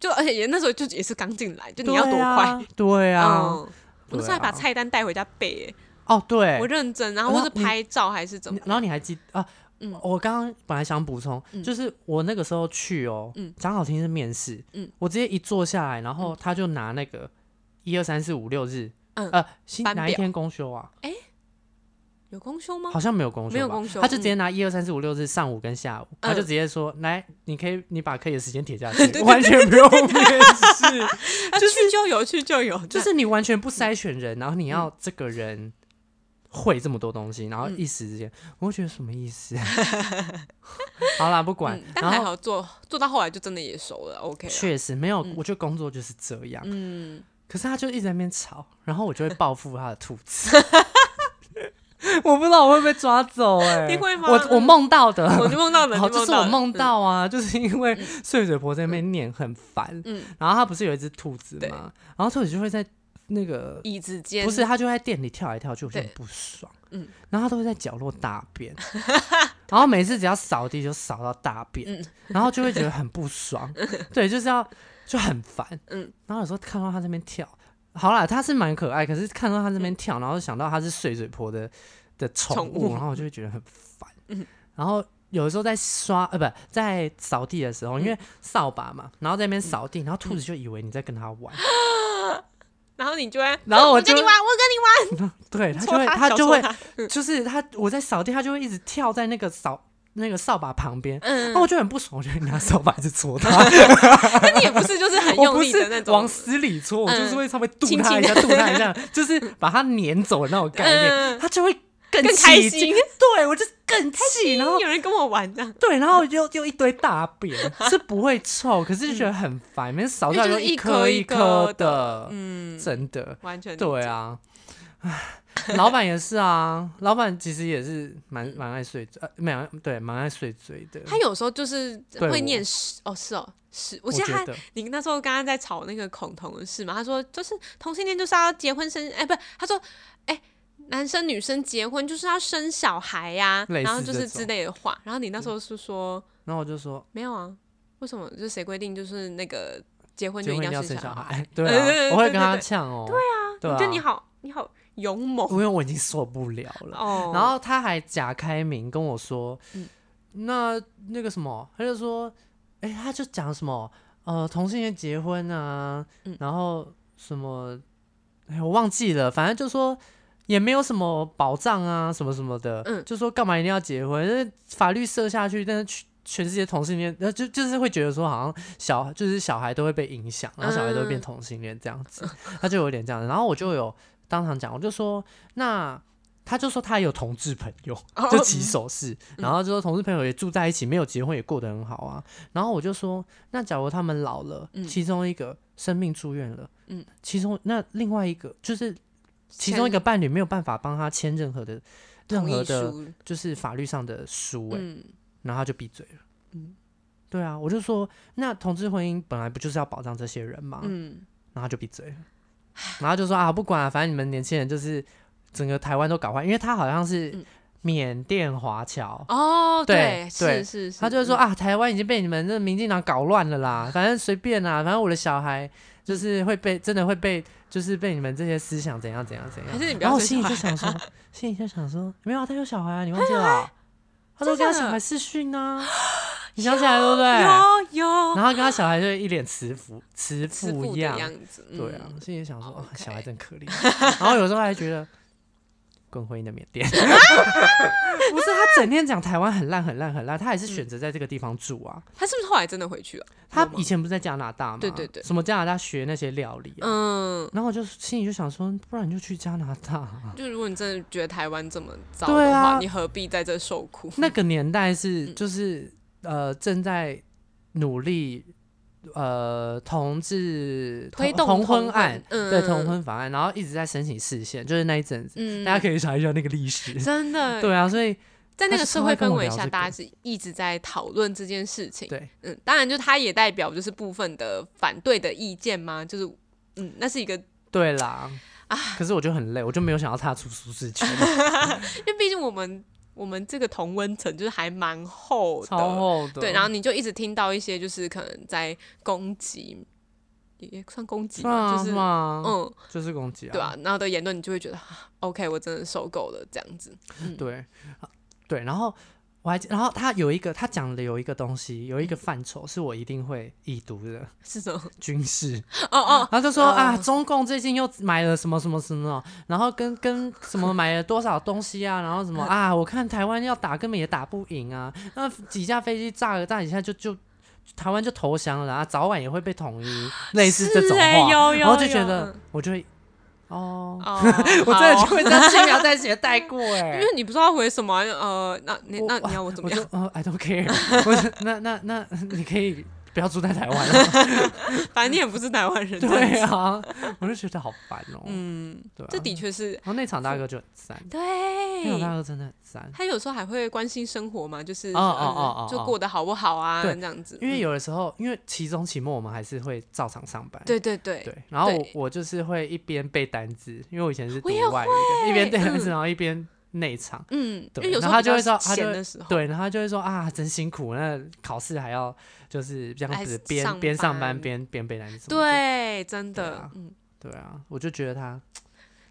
B: 就而且也那时候就也是刚进来，就你要多快。
A: 对啊？对啊，
B: 嗯，我那时候还把菜单带回家背、欸
A: 哦对
B: 我，认真，然后
A: 然
B: 或
A: 后
B: 是
A: 你
B: 拍照还是怎么
A: 你，然后你还记啊？
B: 嗯
A: 我刚刚本来想补充，就是我那个时候去哦，
B: 嗯
A: 讲好听是面试，
B: 嗯
A: 我直接一坐下来，然后他就拿那个一二三四五六日，
B: 嗯
A: 呃，星
B: 班
A: 哪一
B: 表
A: 天公休啊？
B: 有公休吗
A: 好？像没有公休吧，
B: 没有公休嗯
A: 他就直接拿一二三四五六日上午跟下午，他就直接说：“来，你可以，你把课业时间填 下去，完全不用面试，
B: 啊去就有，去就有，
A: 就
B: 这样
A: 是你完全不筛选人，然后你要这个人会这么多东西，然后一时之间，我会觉得什么意思？ 好啦，不管
B: 嗯，但
A: 然
B: 还
A: 后
B: 好做做到后来就真的也熟了，OK 了。
A: 确实没有，我觉得工作就是这样，
B: 嗯，
A: 可是他就一直在那边吵，然后我就会报复他的兔子。 我不知道我会被抓走哎、
B: 你会吗
A: 我我梦到的，
B: 我就梦到了，
A: 好，
B: 你
A: 就是
B: 到
A: 我
B: 了
A: 梦，到啊，就是因为碎嘴婆在那边念很烦，
B: 嗯
A: 然后她不是有一只兔子
B: 对
A: 嘛，然后兔子就会在那个
B: 嗯椅子间
A: 不是，它就会在店里跳来跳去，我就很
B: 对
A: 不爽，
B: 嗯
A: 然后它都会在角落大便，然后每次只要扫地就扫到大
B: 嗯
A: 便，然后就会觉得很不 爽，对，就是要就很烦，
B: 嗯
A: 然后有时候看到它这边跳，好啦，它是蛮可爱，可是看到它这边跳，然后想到它是碎嘴婆的的宠
B: 嗯宠
A: 物，
B: 物嗯
A: 然后我就会觉得很烦， 然后有的时候在刷呃不在扫地的时候，因
B: 嗯
A: 为扫把嘛，然后在那边扫地，然后兔子就以为你在跟它玩，
B: 然后你就会，哦
A: 然后我
B: 我
A: 就
B: 跟你玩，我跟你玩，
A: 对，它就
B: 戳
A: 会
B: 他
A: 它
B: 小
A: 就
B: 戳
A: 会
B: 他
A: 就是它我在扫地，它就会一直跳在那个扫那个扫把旁边，
B: 嗯
A: 那我就很不爽，我就拿扫把一直戳 它，
B: 那你也不是就是很
A: 我
B: 用
A: 不
B: 力的那
A: 是
B: 种，
A: 往死里戳，我就是
B: 嗯
A: 会稍微度
B: 轻
A: 它
B: 轻
A: 一下，
B: 地
A: 度它一下，就是把它撵走的那种概念，
B: 嗯
A: 它就会更
B: 更开
A: 起劲
B: 心
A: 对我就是更气，然后
B: 有人跟我玩这样，
A: 对，然后又又一堆大 便，是不会臭，可是就觉得很烦，每次扫掉
B: 嗯因
A: 就
B: 为就是一
A: 颗
B: 颗一
A: 颗
B: 颗的
A: 嗯，真的，
B: 完全理解
A: 对，啊，唉，老板也是啊，老板其实也是蛮蛮爱碎嘴，呃，没有对，蛮爱碎嘴的，
B: 他有时候就是
A: 对我
B: 会念诗，哦是哦是，我
A: 我
B: 记得
A: 觉
B: 他
A: 得
B: 你那时候刚刚在吵那个恐同的事嘛，他说就是同性恋就是要结婚生，哎、不，他说哎、男生女生结婚就是要生小孩呀、
A: 类似
B: 然后就
A: 这
B: 是
A: 种
B: 之类的话，然后你那时候是说
A: 然后我就说
B: 没有啊，为什么？就是谁规定就是那个结婚
A: 结
B: 就一
A: 婚一
B: 定
A: 定要
B: 生
A: 生
B: 小
A: 小
B: 孩？
A: 孩，对
B: 对对
A: 啊，
B: 对
A: 我会
B: 对
A: 跟他
B: 对
A: 呛哦，对啊，
B: 就你好，你好勇猛
A: 因为我已经受不了了，
B: 哦。
A: 然后他还假开明跟我说，
B: 嗯
A: 那那个什么，他就说，哎、他就讲什么，呃，同性恋结婚啊，
B: 嗯
A: 然后什么，哎，我忘记了，反正就说。也没有什么保障啊，什么什么的，
B: 嗯
A: 就说干嘛一定要结婚？就是法律设下去，但是全全世界同性恋，呃，就就是会觉得说好像小就是小孩都会被影响，然后小孩都会变
B: 嗯
A: 同性恋这样子，他就有点这样子。然后我就有当场讲，我就说那。他就说他也有同志朋友，
B: 哦嗯
A: 就起手势，然后就说同志朋友也住在一起，没有结婚也过得很好啊。然后我就说，那假如他们老了，
B: 嗯
A: 其中一个生病住院了，
B: 嗯，
A: 其中那另外一个就是其
B: 签
A: 中一个伴侣没有办法帮他签任何的任
B: 同
A: 何
B: 意
A: 的，
B: 书，
A: 就是法律上的书、欸，
B: 嗯
A: 然后他就闭嘴了。
B: 嗯
A: 对啊，我就说，那同志婚姻本来不就是要保障这些人吗？
B: 嗯，
A: 然后他就闭嘴了，然后就说啊，不管、啊，反正你们年轻人就是整个台湾都搞坏，因为他好像是
B: 嗯
A: 缅甸华侨，
B: 哦，
A: 对对
B: 是是是，
A: 他就会说啊，台湾已经被你们这民进党搞乱了 啦，反正随便啦，反正我的小孩就是会被，真的会被，就是被你们这些思想怎样怎样怎样。
B: 还是你不
A: 然
B: 要
A: 后我
B: 生
A: 心里
B: 小
A: 就想 说，心里就想说，没有啊，他有小孩啊，你忘记了啊？他都跟他
B: 真的
A: 小孩视讯 啊，你想起来对不对？
B: 嗯有有
A: 啊然后跟他小孩就一脸慈父慈
B: 吃
A: 父
B: 父
A: 一
B: 的
A: 样，
B: 样子，嗯
A: 对啊，我心里想说，哦，
B: OK
A: 小孩真可怜。 然后有时候还觉得，滚回你的缅甸。 不是他整天讲台湾很烂很烂很烂，他还是选择在这个地方住啊。
B: 他是不是后来真的回去了？啊
A: 他
B: 有吗
A: 以前不是在加拿大吗？
B: 嗯对对对
A: 什么加拿大学那些料理啊。
B: 嗯，
A: 然后我就心里就想说，不然你就去加拿大 啊、
B: 就如果你真的觉得台湾这么糟
A: 对
B: 的
A: 啊
B: 话，你何必在这受苦？
A: 那个年代是
B: 嗯
A: 就是呃正在努力呃同志
B: 推
A: 同
B: 动
A: 同婚案，，
B: 嗯，
A: 对同婚法案，然后一直在申请视线，就是那一阵子，
B: 嗯，嗯，
A: 大家可以查一下那个历史。
B: 真的
A: 对啊，所以
B: 在那个社会氛围
A: 他是跟我聊
B: 下，
A: 这个
B: 大家是一直在讨论这件事情。
A: 对，
B: 嗯，当然，就他也代表就是部分的反对的意见嘛，就是嗯，那是一个，因
A: 对啦。
B: 啊
A: 可是我就很累，我就没有想要踏出舒适 圈，
B: 为毕竟我们我们这个同温层就是还蛮厚的，
A: 超厚的。
B: 对，然后你就一直听到一些就是可能在攻击，也也算攻击
A: 算啊
B: 嘛，就是
A: 算啊
B: 嗯，
A: 就是攻击啊，
B: 对吧、然后的言论你就会觉得啊，OK，我真的受够了这样子，
A: 对啊对然后我还记然后他有一个他讲的有一个东西，有一个范畴是我一定会已读的
B: 是什么？
A: 军事，
B: 哦哦，
A: 然后就说啊，中共最近又买了什么什么什么，然后跟跟什么买了多少东西啊，然后
B: 嗯
A: 什么啊，我看台湾要打根本也打不赢啊，那几架飞机炸了炸几下就就台湾就投降了啊，早晚也会被统 一，类似这种话，
B: 是欸有有
A: 然后就觉
B: 有
A: 得
B: 嗯
A: 我就会哦，
B: 哦
A: 我真的就
B: 好
A: 会这样轻描淡写地带过哎、
B: 因为你不知道回什么啊，呃，那你
A: 我
B: 那你要我怎
A: 我
B: 么
A: 就
B: 样？
A: 呃，I don't care，我 就那那那你可以不要住在台湾 了，
B: 反正你也不是台湾人，这 样
A: 对
B: 子
A: 啊， 我就觉得好烦哦、
B: 嗯，
A: 对啊，
B: 这的确是
A: 然后那场大哥就很赞，那场大
B: 对。
A: 哥真的很赞，
B: 他有时候还会关心生活嘛，就是
A: 哦哦哦哦
B: 嗯就
A: 哦
B: 过得好不好啊，
A: 对
B: 这样子。
A: 因为
B: 嗯
A: 有的时候，因为期中、期末我们还是会照常上班，
B: 对对对，
A: 对，然后我
B: 对
A: 我就是会一边背单字，因为我以前是读
B: 我也
A: 外语的，一边背单字，
B: 嗯
A: 然后一边内场。
B: 嗯，因
A: 对
B: 为有时
A: 然
B: 候
A: 后他
B: 比
A: 就会说
B: 较
A: 他就
B: 闲
A: 会
B: 的时候，
A: 对，然后他就会说啊，真辛苦，那考试还要就是这样
B: 还
A: 子
B: 上
A: 边边上班
B: 班
A: 边边背单词。什么的
B: 对，真
A: 对
B: 的
A: 啊，
B: 嗯。
A: 对啊，我就觉得他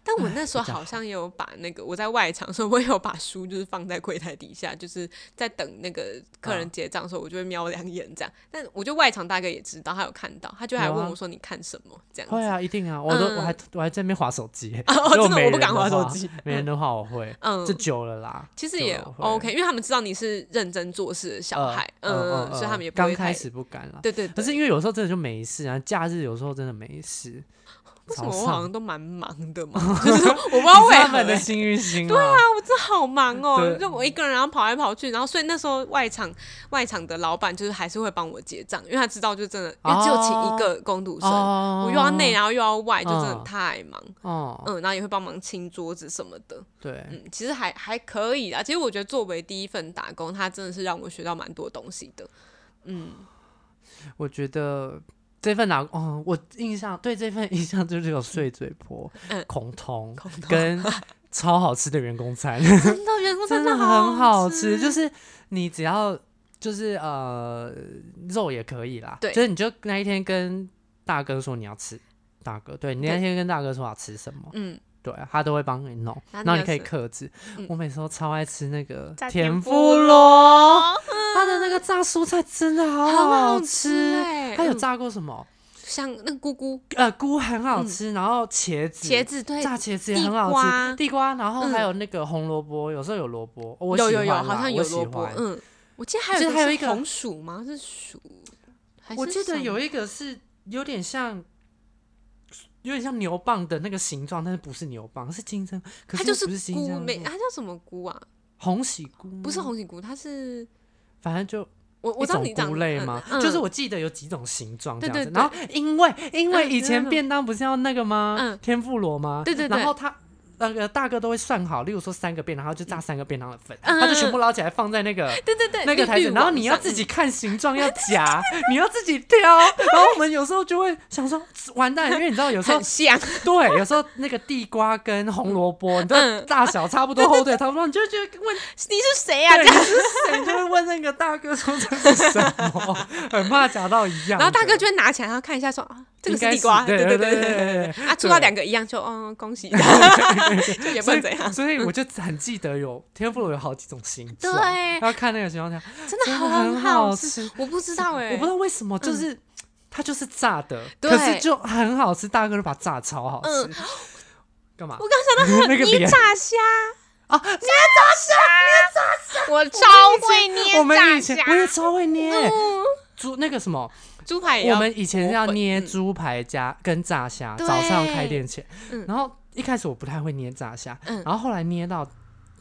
B: 但我那时候
A: 比较
B: 好像也有把那个我在外场的时候，我也有把书就是放在柜台底下，就是在等那个客
A: 嗯
B: 人结账的时候，我就会瞄两眼这样。但我觉得外场大概也知道，他有看到，他就还
A: 有啊
B: 问我说你看什么这样子。
A: 会啊，一定啊，我都我
B: 嗯
A: 还我还在那边划手机欸，
B: 哦，
A: 如果
B: 真的
A: 没
B: 我不
A: 人
B: 敢
A: 的
B: 划手
A: 话
B: 机。
A: 没人的话我会，
B: 嗯
A: 这，久了啦，
B: 其实
A: 久
B: 也
A: 了会
B: OK，因为他们知道你是认真做事的小
A: 呃
B: 孩，
A: 嗯
B: 嗯，
A: 嗯
B: 所以他们
A: 嗯
B: 也不
A: 刚
B: 会
A: 开
B: 太
A: 始不敢啦，
B: 对对对。
A: 可是因为有时候真的就没事啊，假日有时候真的没事。
B: 为什
A: 早
B: 么我
A: 上
B: 好像都蛮忙的嘛？ 就是我不知道
A: 你
B: 为
A: 是他
B: 何
A: 们的
B: 欸、
A: 幸运 星、对啊，
B: 这好忙哦
A: 对，
B: 就我一个人，然后跑来跑去，然后所以那时候外场外场的老板就是还是会帮我结账，因为他知道就真的，因为只有请一个工读生，
A: 哦
B: 我又要内，然后又要外，
A: 嗯
B: 就真的太忙。
A: 哦，
B: 嗯，然后也会帮忙清桌子什么的，
A: 对，
B: 嗯，其实还还可以啦。其实我觉得作为第一份打工，它真的是让我学到蛮多东西的。嗯，
A: 我觉得这份打，哦，我印象对这份印象就是有碎嘴婆、
B: 嗯
A: 孔通
B: 空投
A: 跟超好吃的员工餐，
B: 哦真的员工
A: 真
B: 的
A: 的很好
B: 吃，
A: 吃，就是你只要就是呃肉也可以啦，
B: 对
A: 就是你就那一天跟大哥说你要吃。大哥，对你那
B: 对
A: 天跟大哥说要吃什么，
B: 嗯，
A: 对啊他都会帮你弄，
B: 那
A: 然
B: 你
A: 后你
B: 要
A: 可以
B: 吃
A: 克制。
B: 嗯
A: 我每次都超爱吃那个
B: 炸
A: 田
B: 天
A: 妇
B: 妇
A: 罗，它的那个炸蔬菜真的好
B: 很好
A: 吃。
B: 哎
A: 它有
B: 嗯
A: 炸过什么？
B: 像那个菇菇、
A: 呃，菇很好吃，然后茄子，
B: 嗯茄子，对，
A: 炸茄子也
B: 地
A: 很好
B: 瓜
A: 吃，地瓜，然后
B: 嗯
A: 还有那个红萝卜，有时候有萝卜，我
B: 有
A: 喜
B: 有有，
A: 欢啦
B: 好像有
A: 我喜
B: 萝卜
A: 欢，
B: 嗯，我记得还有
A: 其实还有
B: 是
A: 一个
B: 红薯吗？是薯还是
A: 我记
B: 什
A: 得有
B: 么
A: 一个是有点像。有点像牛蒡的那个形状，但是不是牛蒡，是金针，可是
B: 它就
A: 又
B: 是
A: 不是金
B: 菇，
A: 针
B: 没
A: 菇
B: 它叫什么菇啊？
A: 红喜菇吗，
B: 不是红喜菇，它是
A: 反正就
B: 我我
A: 一
B: 知道
A: 种
B: 你讲
A: 菇类吗？
B: 嗯
A: 就是我记得有几种形状这
B: 对
A: 样子。
B: 对
A: 然后因为因为
B: 嗯
A: 以前
B: 嗯
A: 便当不是要那个吗？
B: 嗯
A: 天妇罗吗？
B: 对对对
A: 然后他。那个大哥都会算好，例如说三个便当，他就炸三个便当的粉，
B: 嗯
A: 他就全部捞起来放在那个
B: 对对对
A: 那个
B: 滤
A: 台子，
B: 滤
A: 然后
B: 网
A: 你要
B: 上
A: 自
B: 嗯
A: 己看形状，要夹，你要自己挑。然后我们有时候就会想说，完蛋，因为你知道有时候
B: 很像，
A: 对，有时候那个地瓜跟红萝卜，你知道
B: 嗯
A: 大小差不多，厚度也差不多，你就会觉得问
B: 你是谁呀、
A: 对，
B: 这
A: 你
B: 样
A: 是谁就会问那个大哥说这是什么，很怕夹到一样的。
B: 然后大哥就会拿起来，然后看一下说啊，这个
A: 应该
B: 地瓜，
A: 对
B: 对
A: 对
B: 对
A: 对
B: 啊，出
A: 对
B: 到两个一样就嗯恭喜，就也不
A: 所
B: 能
A: 以
B: 怎样，嗯
A: 所以我就很记得有天妇罗有好几种形状，
B: 对
A: 要看那个形状条，
B: 真
A: 真的
B: 的很
A: 好
B: 好吃。
A: 吃。
B: 我不知道哎、
A: 我不知道为什么，就是、它就是炸的，
B: 对
A: 可是就很好吃，大哥就把它炸超好吃。
B: 嗯
A: 干嘛？
B: 我刚想到
A: 那个
B: 捏
A: 脸
B: 炸虾，
A: 啊，
B: 我超会
A: 我
B: 捏
A: 们
B: 炸
A: 以前
B: 虾，
A: 我也超会捏
B: 嗯
A: 猪那个什么，
B: 猪排也
A: 我
B: 要
A: 们以前是要
B: 粉
A: 捏
B: 嗯
A: 猪排加跟炸虾，
B: 对
A: 早上开店前
B: 嗯，
A: 然后一开始我不太会捏炸虾，
B: 嗯
A: 然后后来捏到。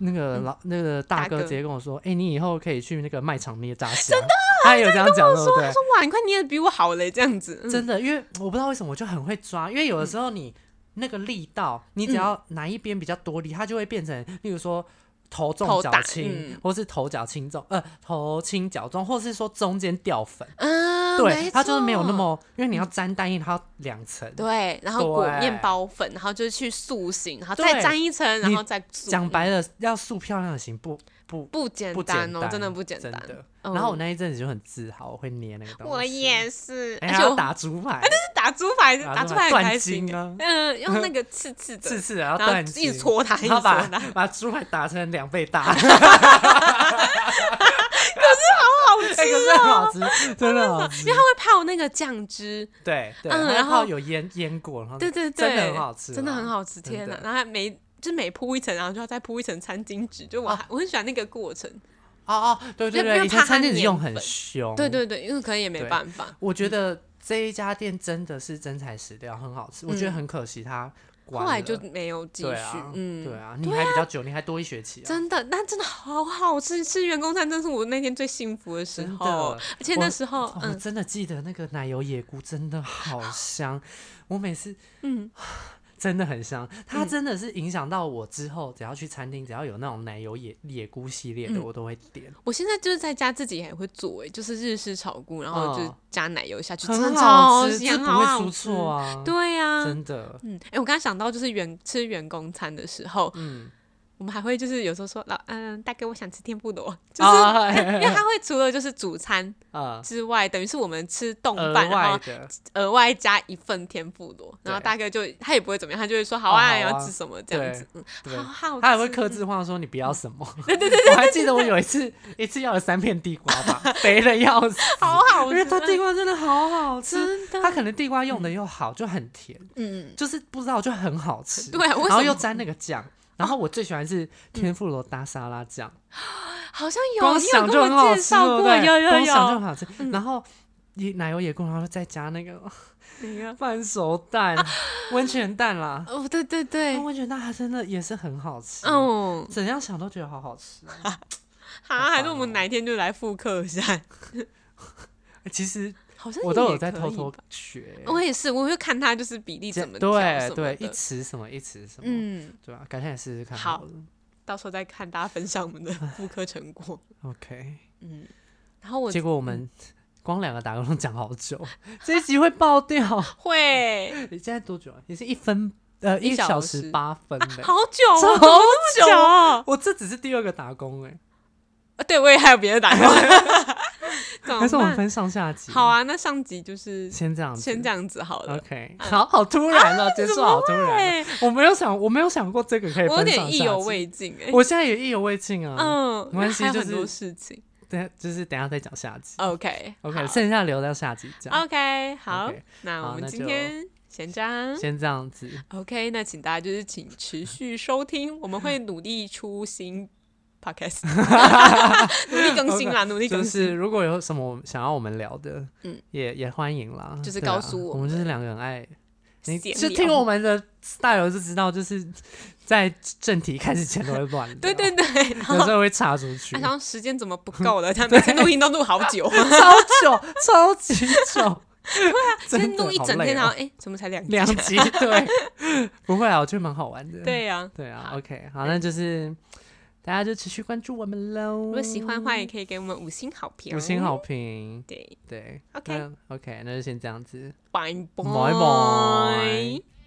A: 那个老那个大
B: 大
A: 哥
B: 哥
A: 直接跟我说：“哎，你以后可以去那个卖场捏炸虾。”真的，他也有这样讲，对不对？
B: 说哇，你快捏的比我好嘞，这样子，嗯
A: 真的，因为我不知道为什么我就很会抓，因为
B: 嗯
A: 有的时候你那个力道，你只要哪一边比较多力，它就会变成，例如说头重
B: 头
A: 脚
B: 大
A: 轻，
B: 嗯
A: 或是头脚轻重，呃，头轻脚重，或是说中间掉粉，
B: 啊，
A: 对，
B: 没
A: 它就是没有那
B: 错嗯
A: 么，因为你要沾蛋液，它要两层。
B: 对，然后裹
A: 对
B: 面包粉，然后就是去塑形，然后
A: 对
B: 再粘一层，然
A: 你
B: 后再塑
A: 讲白了，要塑漂亮的型不不
B: 不简
A: 不
B: 单
A: 简
B: 哦，真的不简单。
A: 真的
B: 嗯
A: 然后我那一阵子就很自豪，我会捏那个东西。
B: 我也是，
A: 哎，
B: 而
A: 还
B: 且
A: 要
B: 我
A: 打 竹牌，
B: 打猪排，
A: 打
B: 打
A: 猪
B: 猪
A: 排
B: 排很
A: 断
B: 开心
A: 筋啊
B: 嗯，用那个刺刺的，
A: 刺刺的，然后
B: 然后
A: 断
B: 一直
A: 筋
B: 戳它，一直
A: 然后
B: 戳
A: 把
B: 它，
A: 把猪排打成两倍 大，哎，可是很
B: 好吃哦
A: 好吃，真的好吃
B: 因为。它会泡那个酱汁，
A: 对对，
B: 嗯
A: 它
B: 然
A: 泡
B: 后
A: 有腌腌过，然后
B: 对对对，
A: 真的很好吃，啊哦
B: 真的很。好吃。
A: 真
B: 天哪
A: 的！
B: 然后它每就每铺一层，然后就要再铺一层餐巾纸，就我还我很喜欢那个过程。
A: 哦哦，对对
B: 因为因
A: 对，
B: 为
A: 以前
B: 怕它
A: 餐厅
B: 粘
A: 用很
B: 粉
A: 凶，
B: 对对对，因为可能也没
A: 对
B: 办法。
A: 我觉得这一家店真的是真材实料，很好吃。我觉得很可惜它关
B: 嗯后
A: 了，
B: 来就没有继
A: 对
B: 续
A: 啊，，
B: 嗯，
A: 对啊，你还比较久，你还多一学期啊。
B: 真的，那真的好好吃，吃员工餐真是我那天最幸福的时
A: 真
B: 候，
A: 的
B: 而且那时候
A: 哦，我
B: 嗯，
A: 真的记得那个奶油野菇真的好香，我每次
B: 嗯，
A: 真的很香，它真的是影响到我之后，只要去餐厅，只要有那种奶油野野菇系列的，
B: 嗯
A: 我都会点，
B: 我现在就是在家自己也会做，哎，就是日式炒菇，然后就是
A: 嗯
B: 加奶油下去，真
A: 很
B: 的超
A: 吃，这
B: 香，
A: 不
B: 好
A: 会
B: 好
A: 出
B: 吃
A: 错啊，
B: 对呀、
A: 真的，
B: 嗯，哎、我刚刚想到就是员吃员工餐的时候，
A: 嗯，
B: 我们还会就是有时候说老嗯大哥我想吃天 妇罗，就是、
A: 啊
B: 因为 它会除了就是主餐
A: 啊，
B: 之外，等于是我们吃冻
A: 额
B: 饭，然
A: 外
B: 后
A: 的，
B: 额外加一份天妇罗，然后
A: 对
B: 大哥就他也不会怎么样，他就会说好
A: 哦好
B: 啊，
A: 啊
B: 你要吃什么这样子，嗯，
A: 对
B: 好好吃，
A: 他还会克制化说你不要什么，对对对，我还记得我有一次一次要了三片地瓜吧，肥的要死，
B: 好好吃，
A: 因为它地瓜真的好好吃，
B: 真的，
A: 它可能地瓜用的又好，就很甜，
B: 嗯，
A: 就是不知道就很好吃，
B: 对啊为
A: 然后
B: 什
A: 又
B: 么
A: 沾那个酱。然后我最喜欢是天妇罗搭沙拉酱，
B: 好像有，
A: 光
B: 你有
A: 想
B: 跟
A: 就
B: 我
A: 很好
B: 介
A: 吃，
B: 绍
A: 对不
B: 过，
A: 对
B: 有有嗯
A: 光想就很
B: 有，
A: 好吃。然后也奶油野菇，然后再加那个
B: 那个，
A: 半熟蛋、温泉蛋啦。
B: 哦，对对啊对
A: 那，温泉蛋它真的也是很好吃，
B: 嗯，
A: 怎样想都觉得好好吃啊。
B: 啊，还是
A: 烦
B: 我们
A: 哦
B: 哪一天就来复刻一下，
A: 其实
B: 好像
A: 我都
B: 也
A: 有在
B: 可
A: 偷
B: 以
A: 偷
B: 吧
A: 学，
B: 我也是，我会看他就是比例
A: 这
B: 怎么调
A: 对
B: 什么
A: 对，一
B: 的
A: 匙什么一匙什么，
B: 嗯，
A: 对吧？改天也试试看
B: 好
A: 了。
B: 到时候再看大家分享我们的复刻成果。
A: OK，
B: 嗯，然后我嗯
A: 结果我们光两个打工都讲好久， 这一集会爆掉。
B: 会
A: 你现在多久啊？也是一分呃
B: 一
A: 一小
B: 小
A: 时
B: 时
A: 八分嘞。
B: 好久哦，
A: 超
B: 好久
A: 久
B: 哦。
A: 我这只是第二个打工哎、
B: 啊对，我也还有别的打工， 怎
A: 还是
B: 么
A: 我们
B: 办？
A: 分上下集？
B: 好，啊，那上集就是
A: 先这样子，
B: 先这样子好了。啊
A: OK，好好突然了，结束好突然
B: 哎
A: 了。，我没有想，我没有想过这个可以
B: 我有
A: 分上
B: 点
A: 下
B: 意
A: 集
B: 犹，未尽哎。
A: 我现在也意犹未尽啊。
B: 嗯，
A: 没关系
B: 还有
A: 就
B: 很多
A: 是
B: 事情。
A: 等下就是等一下再讲下集。
B: OK
A: OK，剩下留到下集讲。
B: 啊 OK，好
A: OK，
B: 那
A: 好
B: 我们
A: 那
B: 今
A: 就
B: 天先这样。
A: 先这样子，
B: OK，那请大家就是请持续收听，我们会努力出新 podcast，努力更新啦，努力
A: 就
B: 更
A: 是
B: 新。
A: 如果有什么想要我们聊的，
B: 嗯
A: 也也欢迎啦。
B: 就是
A: 对啊
B: 告诉我
A: 我们就是两个人爱，你
B: 闲
A: 就
B: 聊
A: 听我们的 style 就知道，就是在正题开始前都会 乱聊，
B: 对对对，然
A: 有
B: 后
A: 时候会插出 去，
B: 他
A: 超
B: 想时间怎么不够了？他每次录音都录好 久，
A: 久，超级 久，对
B: 先录一整天，然后哎，怎么才两集
A: 哦两 集，对，不会啊，我觉得蛮好玩的，
B: 对呀。
A: 对啊，OK，好，那就是大家就持续关注我们喽，
B: 如果喜欢的话，也可以给我们五星好评。
A: 五星好评，
B: 对
A: 对啊
B: OK，
A: ，OK，OK，那就先这样子。
B: 拜拜
A: 拜拜